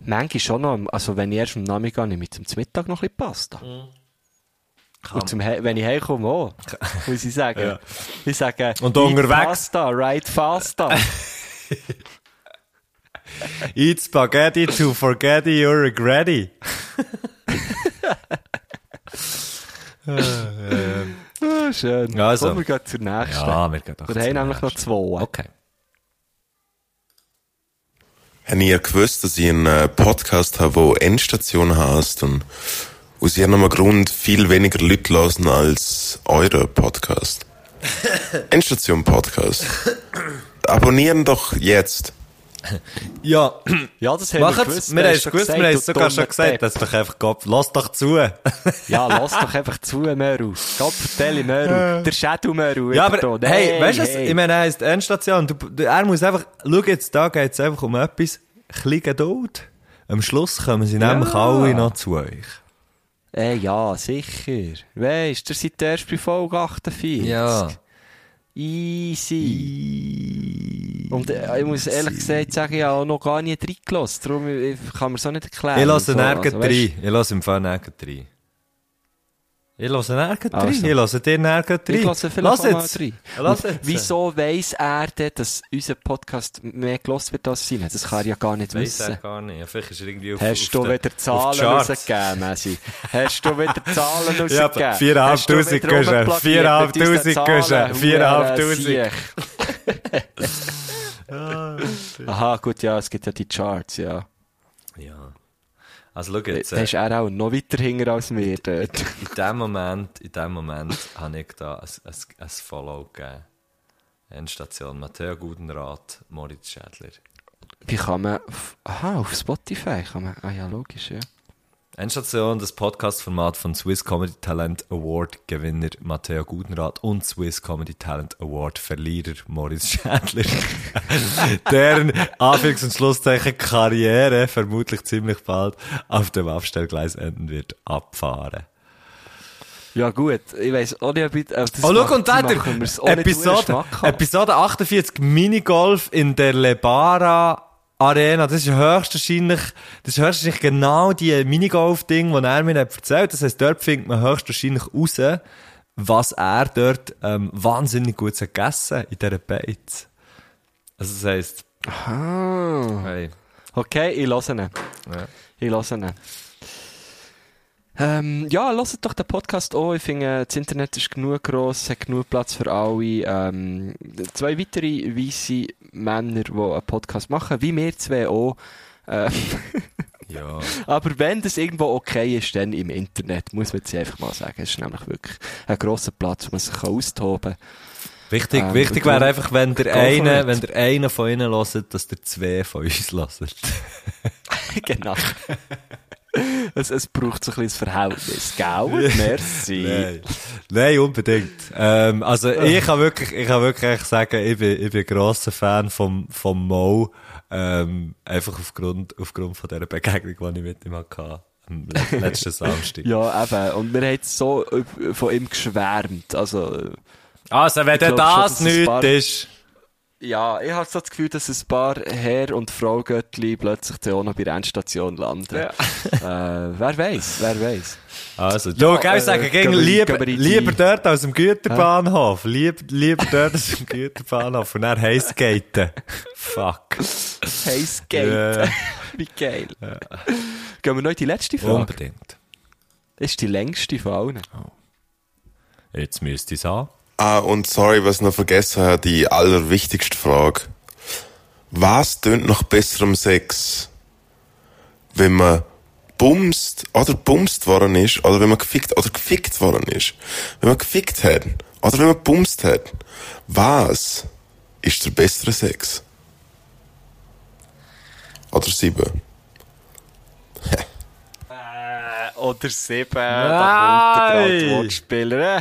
E: manchmal schon noch, am- also wenn ich erst am Nachmittag gehe, nehme ich zum Mittag noch ein bisschen Pasta.
B: Mhm.
E: Und zum He wenn ich heimkomme, auch, muss ich sagen. Ich sage,
B: Und
E: eat
B: unterwegs-
E: Pasta, right Pasta.
B: Eat spaghetti to forget you regretty.
E: Ah, Schön.
B: Ja, also.
E: Kommen wir gleich zur nächsten.
B: wir gehen doch
E: wir haben nämlich noch zwei.
B: Okay.
F: Haben ihr gewusst, dass ich einen äh, Podcast habe, der Endstation heisst? Und aus irgendeinem Grund viel weniger Leute hören als eure Podcast. Endstation Podcast. Abonnieren doch jetzt.
B: Ja,
E: Ja, das haben wir
B: machen's.
E: gewusst.
B: Wir haben
E: Hast du
B: es
E: schon
B: gewusst, wir
E: gesagt,
B: haben
E: du
B: es sogar schon
E: dummer
B: gesagt.
E: Depp.
B: Das ist doch einfach Kopf. Lass doch zu.
E: Ja, lass doch einfach zu, Meru. Kapitelle Meru. Der Shadow Meru.
B: Ja, aber
E: Überton.
B: hey, weißt du, was? ich meine, er ist die Endstation. Du, du, er muss einfach, schau jetzt, da geht es einfach um etwas. Ein Geduld. Am Schluss kommen sie nämlich alle noch zu euch.
E: Äh, ja, sicher. Weißt du, ihr seid erst bei Folge 48. Easy. Und äh, ich muss ehrlich gesagt sagen, ich habe auch noch gar nie reingelassen. Darum ich, ich kann mir so nicht erklären.
B: Ich
E: So,
B: lasse nirgends
E: also,
B: rein.
E: weisst du,
B: Ich lasse im Fall nirgends rein. Ich lasse nirgends rein.
E: Also.
B: Ich lasse dir nirgends rein.
E: Ich lasse vielleicht auch mal
B: jetzt.
E: rein.
B: Lass
E: Und
B: jetzt.
E: Wieso weiss er denn, dass unser Podcast mehr gelost wird als sein? Das kann er ja gar nicht
B: Weiss er
E: wissen.
B: gar nicht. Ja, Vielleicht ist er irgendwie auf
E: Hast du
B: auf den-
E: wieder
B: auf die
E: Zahlen
B: Charts.
E: rausgegeben, Messi? Hast du wieder Zahlen rausgegeben?
B: Ja, aber 4'500 Küsche, 4'500 Küsche, 4'500.
E: Küsche. Aha, gut, ja, es gibt ja die Charts, ja.
B: Ja. Also, schau jetzt.
E: Da ist er Äh, auch noch weiter hinter als wir dort.
B: in dem Moment, in dem Moment habe ich da ein, ein, ein Follow gegeben. Endstation Matteo Gudenrat, Moritz Schädler.
E: Wie kann man... auf- Aha, auf Spotify kann man... Ah ja, logisch, ja.
B: Endstation, das Podcast-Format von Swiss Comedy Talent Award Gewinner Matteo Gudenrat und Swiss Comedy Talent Award Verlierer Moritz Schädler. Deren Anführungs- und Schlusszeichen Karriere vermutlich ziemlich bald auf dem Abstellgleis enden wird, abfahren.
E: Ja gut, ich weiss auch nicht, ob ich... Äh, das
B: Oh,
E: macht-
B: schau, und dann
E: machen wir's auch
B: der
E: nicht durch
B: Episode,
E: den Schmack an.
B: Episode 48 Minigolf in der Lebara Arena. Das ist höchstwahrscheinlich, das ist höchstwahrscheinlich genau die Minigolf-Ding, die er mir hat erzählt hat. Das heisst, dort findet man höchstwahrscheinlich raus, was er dort ähm, wahnsinnig gut hat gegessen in dieser Beiz. Also das heisst,
E: Aha.
B: hey,
E: Ah. Okay, ich lasse ihn.
B: Ja.
E: Ich lasse ihn. Ähm, ja, lasst doch den Podcast an. Ich finde, äh, das Internet ist genug gross, hat genug Platz für alle. Ähm, zwei weitere weisse Männer, die einen Podcast machen, wie wir zwei auch. Äh,
B: Ja.
E: Aber wenn das irgendwo okay ist, dann im Internet, muss man jetzt einfach mal sagen. Es ist nämlich wirklich ein grosser Platz, wo man sich austoben kann.
B: Wichtig,
E: Ähm,
B: wichtig
E: go-
B: wäre einfach, wenn der
E: go for
B: eine,
E: it.
B: wenn der eine von ihnen hört, dass der zwei von uns hört.
E: genau. es, es braucht so ein bisschen ein Verhältnis, gell? Merci.
B: Nein. Nein, unbedingt. Ähm, also, ich kann wirklich, ich kann wirklich echt sagen, ich bin, ich bin grosser Fan vom, vom Mo, ähm, einfach aufgrund, aufgrund von dieser Begegnung, die ich mit ihm hatte, am le- letzten Samstag.
E: Ja, eben. Und wir haben so äh, von ihm geschwärmt. Also, äh,
B: Also, wenn
E: Ich
B: dir
E: glaub schon,
B: das
E: dass es ein paar-
B: nichts ist,
E: ja, ich habe so das Gefühl, dass ein paar Herr- und Frau-Göttli plötzlich dann auch noch bei der Endstation landen. Äh, wer weiß, wer weiß.
B: also, du, gell,
E: äh,
B: sagen,
E: gehen
B: gegen
E: wir-
B: lieber,
E: gehen wir in die-
B: lieber dort als im Güterbahnhof. Lieber, lieber dort als im Güterbahnhof. Und dann heisgaten. Fuck.
E: Hey, Skate.
B: Ja.
E: Wie geil. Gehen wir noch in die letzte Frage.
B: Äh, Unbedingt.
E: Das ist die längste von allen.
B: Jetzt müsste ich es haben.
F: Ah, und sorry, was ich noch vergessen habe, die allerwichtigste Frage. Was tönt nach besserem Sex? Wenn man bumst oder bumst worden ist, oder wenn man gefickt oder gefickt worden ist. Wenn man gefickt hat, oder wenn man bumst hat. Was ist der bessere Sex? Oder sieben?
E: Äh, Oder sieben.
B: Nein.
E: Da kommt der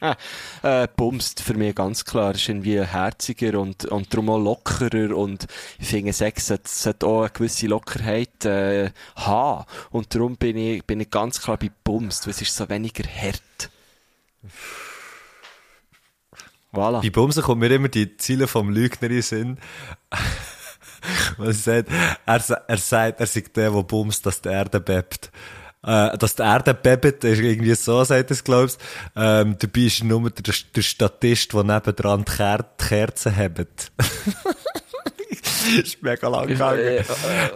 E: äh, Bumst für mich ganz klar ist irgendwie herziger und, und darum auch lockerer und ich finde Sex sollte- sollte auch eine gewisse Lockerheit äh, haben und darum bin ich, bin ich ganz klar bei Bumst, weil es ist so weniger hart. Voilà.
B: Bei Bumsen kommt mir immer die Ziele vom Lügner in den Sinn. Was er sagt, er, sa- er sagt, er sagt der, der bumst, dass die Erde bebt. Äh, dass die Erde bebt, ist irgendwie so, sagt er es, glaubst ähm, Dabei ist er nur der, der Statist, der nebendran die, Ker die Kerzen hebt. ist mega lang
E: Äh,
B: gegangen.
E: äh,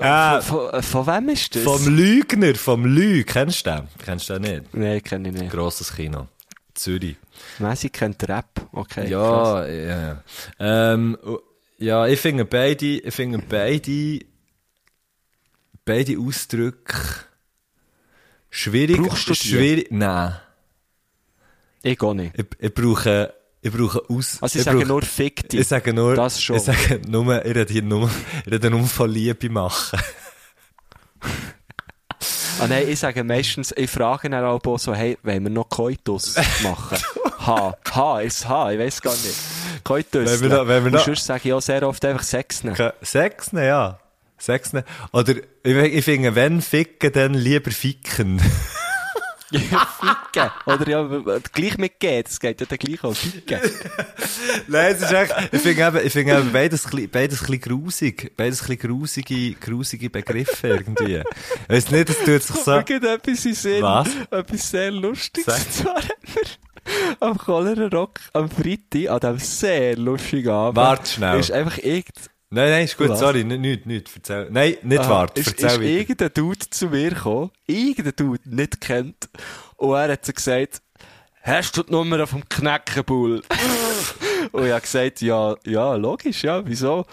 B: Ah,
E: von, von, von wem ist das?
B: vom Lügner, vom Lüg, kennst du den? Kennst du den nicht?
E: Nein, kenne ich nicht.
B: Grosses Kino. Zürich.
E: Messi kennt Rap. Okay. krass.
B: Ja, ja. Ähm, u- ja, ich finde beide, ich finde beide, beide Ausdrücke schwierig.
E: Brauchst du die?
B: schwierig? Nein.
E: Ich gehe nicht.
B: Ich, ich brauche, ich brauche aus.
E: Also ich,
B: brauche-
E: sage nur Fick dich.
B: ich sage nur,
E: Das schon.
B: ich sage nur, ich rede hier nur, ich rede nur von Liebe machen.
E: Ah, nein, ich sage meistens, ich frage dann auch so, hey, wollen wir noch Koitus machen? ha, ha, ist ha, ich weiß gar nicht. Koitus.
B: Wenn wir noch- wenn wir
E: Und
B: noch-
E: sonst sage ich auch sehr oft einfach Sex nehmen.
B: Ke- Sex, ne, ja. Sex, ne. Oder, ich, ich finde, wenn ficken, dann lieber ficken.
E: Ficken. Oder ja, w- w- gleich mit geht, es geht ja dann gleich auch Ficken.
B: Nein, es ist echt, ich finde eben, ich finde eben beides, chli- beides ein bisschen grusig. Beides ein bisschen grusige, grusige Begriffe irgendwie. Ich weiss nicht, es tut sich so.
E: Irgendetwas in Sinn.
B: Was?
E: Etwas sehr Lustiges.
B: Sag.
E: Und zwar haben wir am Cholera Rock am Freitag, an diesem sehr lustigen Abend,
B: Warte schnell.
E: ist einfach irgend...
B: Nein, nein, ist gut,
E: Was?
B: sorry, nicht, nicht, nicht, erzähl. Nein, nicht
E: Aha,
B: wart,
E: Ah, ist,
B: erzähl
E: ist
B: weiter.
E: irgendein Dude zu mir gekommen, irgendein Dude, nicht kennt, und er hat so gesagt, hast du die Nummer vom Kneckenbull? und ich habe gesagt, ja, ja, logisch, ja, wieso?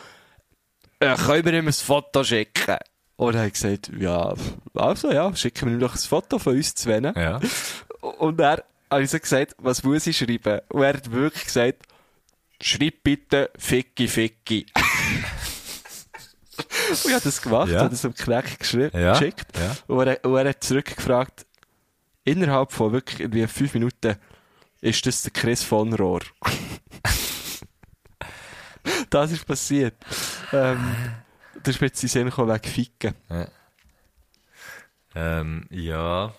E: Äh, können wir ihm ein Foto schicken? Und er hat gesagt, ja, also ja, schicken wir ihm doch ein Foto von uns zu
B: Ja.
E: und er hat so gesagt, was muss ich schreiben? Und er hat wirklich gesagt, schreib bitte Ficki Ficki. und ich habe das gemacht,
B: Ja.
E: habe das am Knack geschrieben,
B: Ja,
E: geschickt.
B: ja.
E: Und, er, und er hat zurückgefragt, innerhalb von wirklich irgendwie fünf Minuten, ist das der Chris von Rohr? das ist passiert. Ähm, das ist mir jetzt in den Sinn gekommen wegen Ficken.
B: Ähm, ja.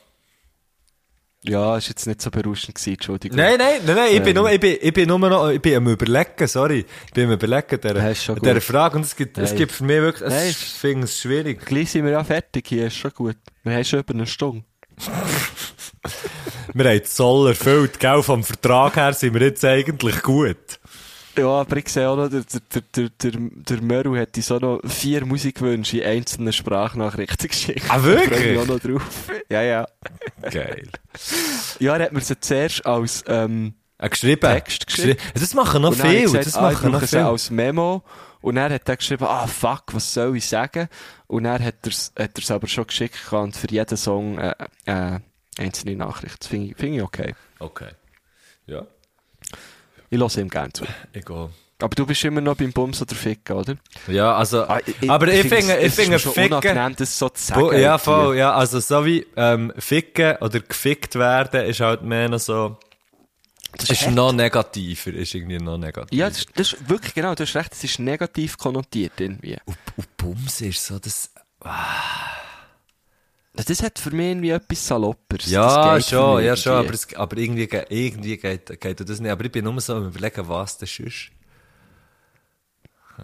E: Ja, ist jetzt nicht so berauschend gewesen, Entschuldigung.
B: Nein, nein, nein, nein, ich bin
E: Ähm.
B: nur, ich bin, ich bin nur noch, ich bin am überlegen, sorry. Ich bin am überlegen,
E: Ja,
B: der,
E: ist schon gut.
B: der Frage, und es gibt, es
E: Nein.
B: gibt für mich wirklich,
E: Nein,
B: es, ich
E: ist-
B: finde es schwierig.
E: Gleich sind wir ja fertig hier, ist schon gut. Wir haben schon über eine Stunde.
B: Wir haben die Zoll erfüllt, gell, vom Vertrag her sind wir jetzt eigentlich gut.
E: Ja, aber ich sehe auch noch, der, der, der, der, der, der Mörl hat uns auch noch vier Musikwünsche in einzelnen Sprachnachrichten geschickt.
B: Ah,
E: Da freue ich mich
B: wirklich?
E: auch noch drauf. Ja, ja.
B: Geil.
E: Ja, er hat mir sie zuerst als ähm,
B: Äh, geschrieben. Oh
E: Text geschrieben.
B: Geschri- Äh, Das machen noch
E: Und dann habe ich
B: viel.
E: gesagt,
B: das
E: ah, ich
B: machen
E: brauche
B: noch
E: es
B: viel.
E: als Memo. Und dann hat er geschrieben, ah, fuck, was soll ich sagen? Und dann hat er es hat er's aber schon geschickt gehabt und für jeden Song äh, äh, einzelne Nachricht. Das finde ich, finde ich okay.
B: Okay. Ja,
E: Ich lasse ihm gerne zu.
B: egal.
E: Aber du bist immer noch beim Bums oder Ficken, oder?
B: Ja, also,
E: Ah,
B: aber ich finde, ich finde,
E: es ist mir schon
B: ficken,
E: unangenehm, das so zu sagen.
B: Bu- ja,
E: irgendwie.
B: voll, ja, also, so wie, ähm, ficken oder gefickt werden ist halt mehr noch so, das ist noch negativer, ist irgendwie noch negativer.
E: Ja, das, ist- das ist wirklich genau, du hast recht, es ist negativ konnotiert irgendwie.
B: und, und Bums ist so, das,
E: Das, das hat für mich irgendwie etwas Saloppers.
B: ja,
E: das geht für
B: schon,
E: mich
B: ja, schon,
E: irgendwie.
B: aber, es, aber irgendwie, ge- irgendwie geht, geht das nicht. Aber ich bin nur so am überlegen, was das ist.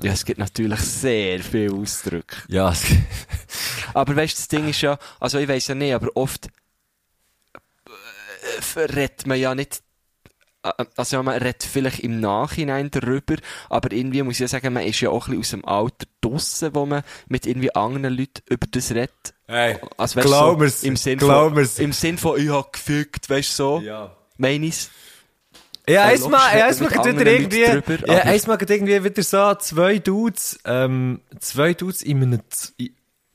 E: Ja, es gibt natürlich sehr viele Ausdrücke.
B: Ja, es,
E: Aber weißt du, das Ding ist ja, also ich weiß ja nicht, aber oft äh, redet man ja nicht, äh, also ja, man redet vielleicht im Nachhinein darüber, aber irgendwie muss ich ja sagen, man ist ja auch ein bisschen aus dem Alter draussen, wo man mit irgendwie anderen Leuten über das redet.
B: hey,
E: Also, weißt,
B: glaub
E: so,
B: mir's,
E: im Sinn
B: glaub
E: von,
B: mir's.
E: Im Sinn von, ich hab gefickt, weißt du so?
B: ja.
E: Mein ich's?
B: Ja,
E: Weil
B: einmal,
E: Äh, logisch
B: ja, einmal
E: redet man
B: geht
E: mit
B: wieder
E: anderen
B: irgendwie,
E: Leuten drüber,
B: ja,
E: aber-
B: einmal geht irgendwie wieder so zwei Dudes, ähm, zwei Dudes in einem, Z- in,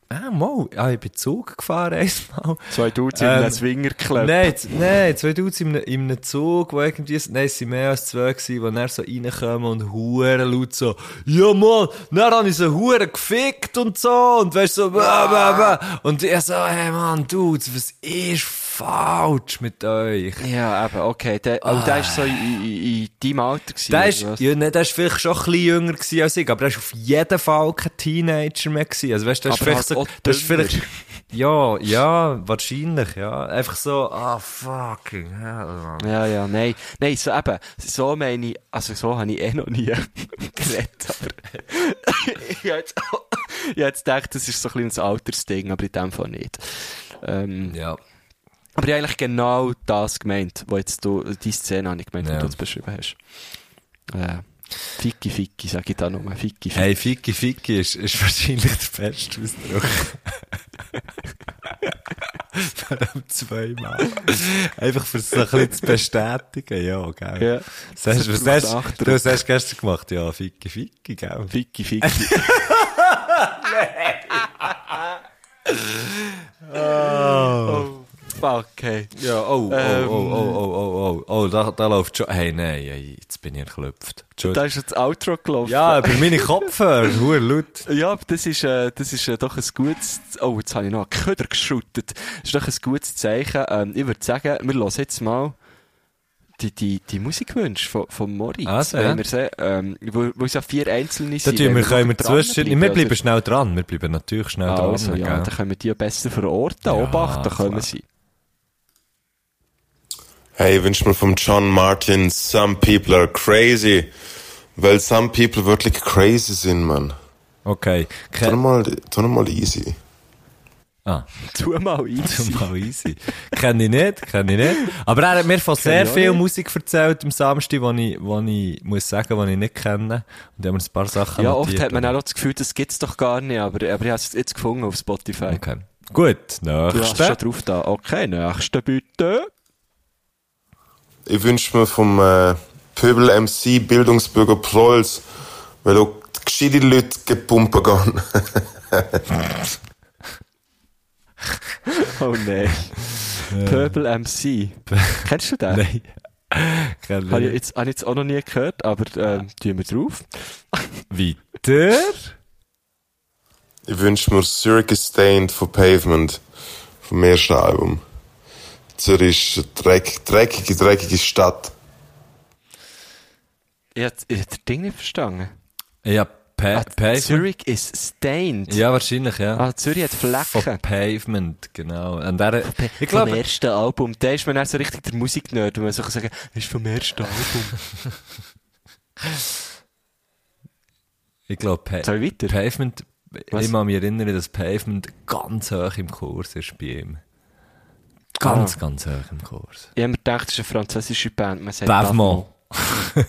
B: ah, mal, ah, ich bin Zug gefahren einmal.
E: Zwei Dudes
B: in einem
E: Swingerclub.
B: Nein, z- nein, zwei Dudes in einem, in einem Zug, wo irgendwie, nein, es waren mehr als zwei gewesen, die dann so reinkommen und huren laut so, ja Mann, dann hab ich so huren gefickt und so, und weißt so, bäh, bäh, bäh. und ich so, hey Mann, Dudes, was ist falsch mit euch?
E: Ja, eben, okay. Der, Und der ist so in, in, in deinem Alter gewesen.
B: Der
E: oder
B: ist,
E: was?
B: ja, ne, der ist vielleicht schon ein bisschen jünger gewesen als ich, aber der ist auf jeden Fall kein Teenager mehr gewesen. Also weißt, du, der ist
E: Aber
B: vielleicht
E: halt
B: so,
E: auch
B: der ist
E: dünner.
B: vielleicht, ja, ja, wahrscheinlich, ja. Einfach so, ah, fucking hell.
E: Ja, ja, nein. Nein, so eben, so meine ich, also so habe ich eh noch nie geredet, aber ich habe jetzt, ich habe jetzt gedacht, das ist so ein kleines Altersding, aber in dem Fall nicht. Ähm,
B: Ja.
E: Aber ich habe eigentlich genau das gemeint, wo jetzt du, die Szene habe ich gemeint, die
B: Ja.
E: du uns beschrieben hast. Äh, Ficki, Ficki, sage ich da nochmal, Ficki, Ficki.
B: Hey, Ficky Ficky ist, ist wahrscheinlich der beste Ausdruck. Vor allem zweimal. Einfach, um es so ein bisschen zu bestätigen, ja, gell.
E: Ja.
B: Das hast, was
E: Das
B: hast,
E: macht
B: du, was hast du gestern gemacht? Ja, Ficky Ficky, gell.
E: Ficki, Ficki. oh. fuck, hey.
B: Ja, oh, oh,
E: Ähm.
B: oh, oh, oh, oh, oh, oh, da, da läuft schon. Hey, eh, nein, hey, jetzt bin ich erklüpft.
E: Da
B: Entschuldigung.
E: ist jetzt das Outro gelaufen.
B: Ja, über meine Kopfhörer, hoher laut.
E: Ja, aber das ist, äh, das ist äh, doch ein gutes, oh, jetzt habe ich noch einen Köder geschrautet. Das ist doch ein gutes Zeichen. Ähm, ich würde sagen, wir hören jetzt mal die, die, die Musikwünsche von, von Moritz.
B: Also,
E: Wenn
B: ja.
E: wir sehen, ähm, wo, wo es ja vier einzelne
B: Da
E: sind.
B: tun
E: wenn
B: wir, können wir
E: noch dranbleiben,
B: zwischen. Wir bleiben
E: oder?
B: schnell dran. Wir bleiben natürlich schnell dran.
E: Also, Oh, ja,
B: gell?
E: dann können wir die ja besser verorten.
B: Ja,
E: Obacht, da können wir
B: klar.
E: sie.
F: Hey, ich wünsche mir von John Martin, some people are crazy. Weil some people wirklich crazy sind, man.
B: Okay.
F: Tu
B: Ke
F: mal, tu mal easy.
B: ah,
E: Tu mal
B: tu
E: easy.
B: mal easy. Kenne ich nicht, kenne ich nicht. Aber er hat mir von sehr
E: ich auch
B: viel
E: nicht.
B: Musik erzählt am Samstag, die ich, wo ich muss sagen, die ich nicht kenne. Und da haben wir ein paar Sachen
E: Ja, oft
B: notiert.
E: hat man auch noch das Gefühl, das gibt's doch gar nicht, aber, aber ich habe es jetzt gefunden auf Spotify.
B: Okay. Gut,
E: Du hast schon
B: nächste.
E: drauf da. Okay, nächste bitte.
F: Ich wünsche mir vom äh, Pöbel MC Bildungsbürger Prolls, weil auch gescheite Leute gepumpen gehen.
E: Oh nein. Purple MC. Kennst du den?
B: Nein. Kenne ich
E: Habe ich
B: nicht.
E: jetzt, habe ich jetzt auch noch nie gehört, aber ähm, tun wir drauf.
B: Weiter.
F: Ich wünsche mir Zurich is Stained von Pavement, vom ersten Album. Zürich ist eine dreck, dreckige, dreckige Stadt.
E: Ich habe ich hab das Ding nicht verstanden.
B: Ja, pa
E: Ah,
B: Pavement.
E: Zurich ist stained.
B: Äh, Ja, wahrscheinlich, ja.
E: Ah, Zürich hat
B: Von
E: Flecken.
B: Pavement, genau. Und der, ich
E: vom
B: glaube,
E: ersten Album. Da ist man dann so richtig der Musiknerd, wenn man so kann sagen ist vom ersten Album.
B: ich glaube, pa
E: Soll ich weiter?
B: Pavement,
E: Was?
B: ich kann mich erinnern, dass Pavement ganz hoch im Kurs ist bei ihm. Ganz,
E: Ah.
B: ganz hoch im Kurs.
E: Ich habe mir gedacht, das ist eine französische Band. Man sagt
B: Pavement.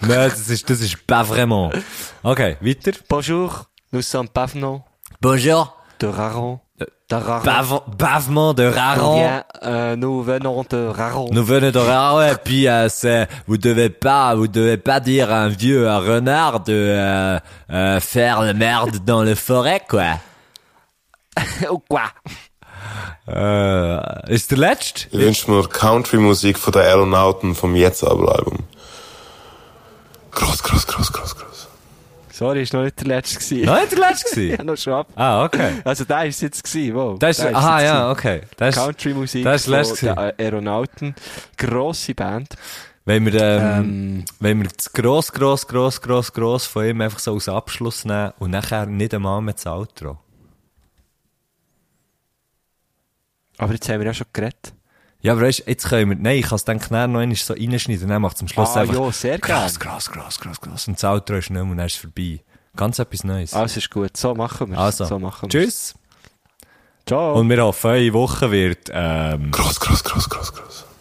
B: Nein, das ist, das ist Pavrement. Okay, weiter.
E: Bonjour, nous sommes Pavement
B: Bonjour.
E: de Raron. Der
B: Bave- Bavement de Raron.
E: Bien, euh, nous venons de Raron.
B: Nous venons de Raron et puis euh, c'est vous devez pas vous devez pas dire à un vieux euh, renard de euh, euh, faire la merde dans le forêt quoi.
E: Ou quoi?
B: Äh, ist der letzte?
F: Ich wünsche mir Country-Musik von den Aeronauten vom Jetzt-Album. Gross, gross, gross, gross, gross.
E: Sorry, ist noch nicht der letzte gewesen.
B: Nein, der letzte
E: Ja,
B: gewesen.
E: noch schon ab.
B: Ah, okay.
E: Also, der ist jetzt gewesen, wow.
B: Das ist,
E: Der
B: aha,
E: jetzt
B: ja, okay. Das
E: gewesen.
B: ist,
E: Country-Musik.
B: das ist letztes
E: von den Aeronauten. Grosse Band.
B: wenn wir, ähm,
E: Ähm,
B: wenn wir das gross, gross, gross, gross, gross von ihm einfach so als Abschluss nehmen und nachher nicht einmal mit das Outro.
E: aber jetzt haben wir ja schon geredet.
B: Ja, aber weißt, jetzt können wir, nein, ich kann es dann nachher noch einmal so reinschneiden, dann macht zum Schluss
E: ah,
B: einfach
E: ja, sehr gerne.
B: gross, gross, gross, gross, gross und das Outro ist nicht mehr und dann ist es vorbei. Ganz etwas Neues.
E: Alles Ah, ist gut. So machen wir
B: Also,
E: so machen wir's.
B: tschüss.
E: Ciao.
B: Und wir hoffen, eure Woche wird, ähm,
F: Gross, gross, gross, gross, gross.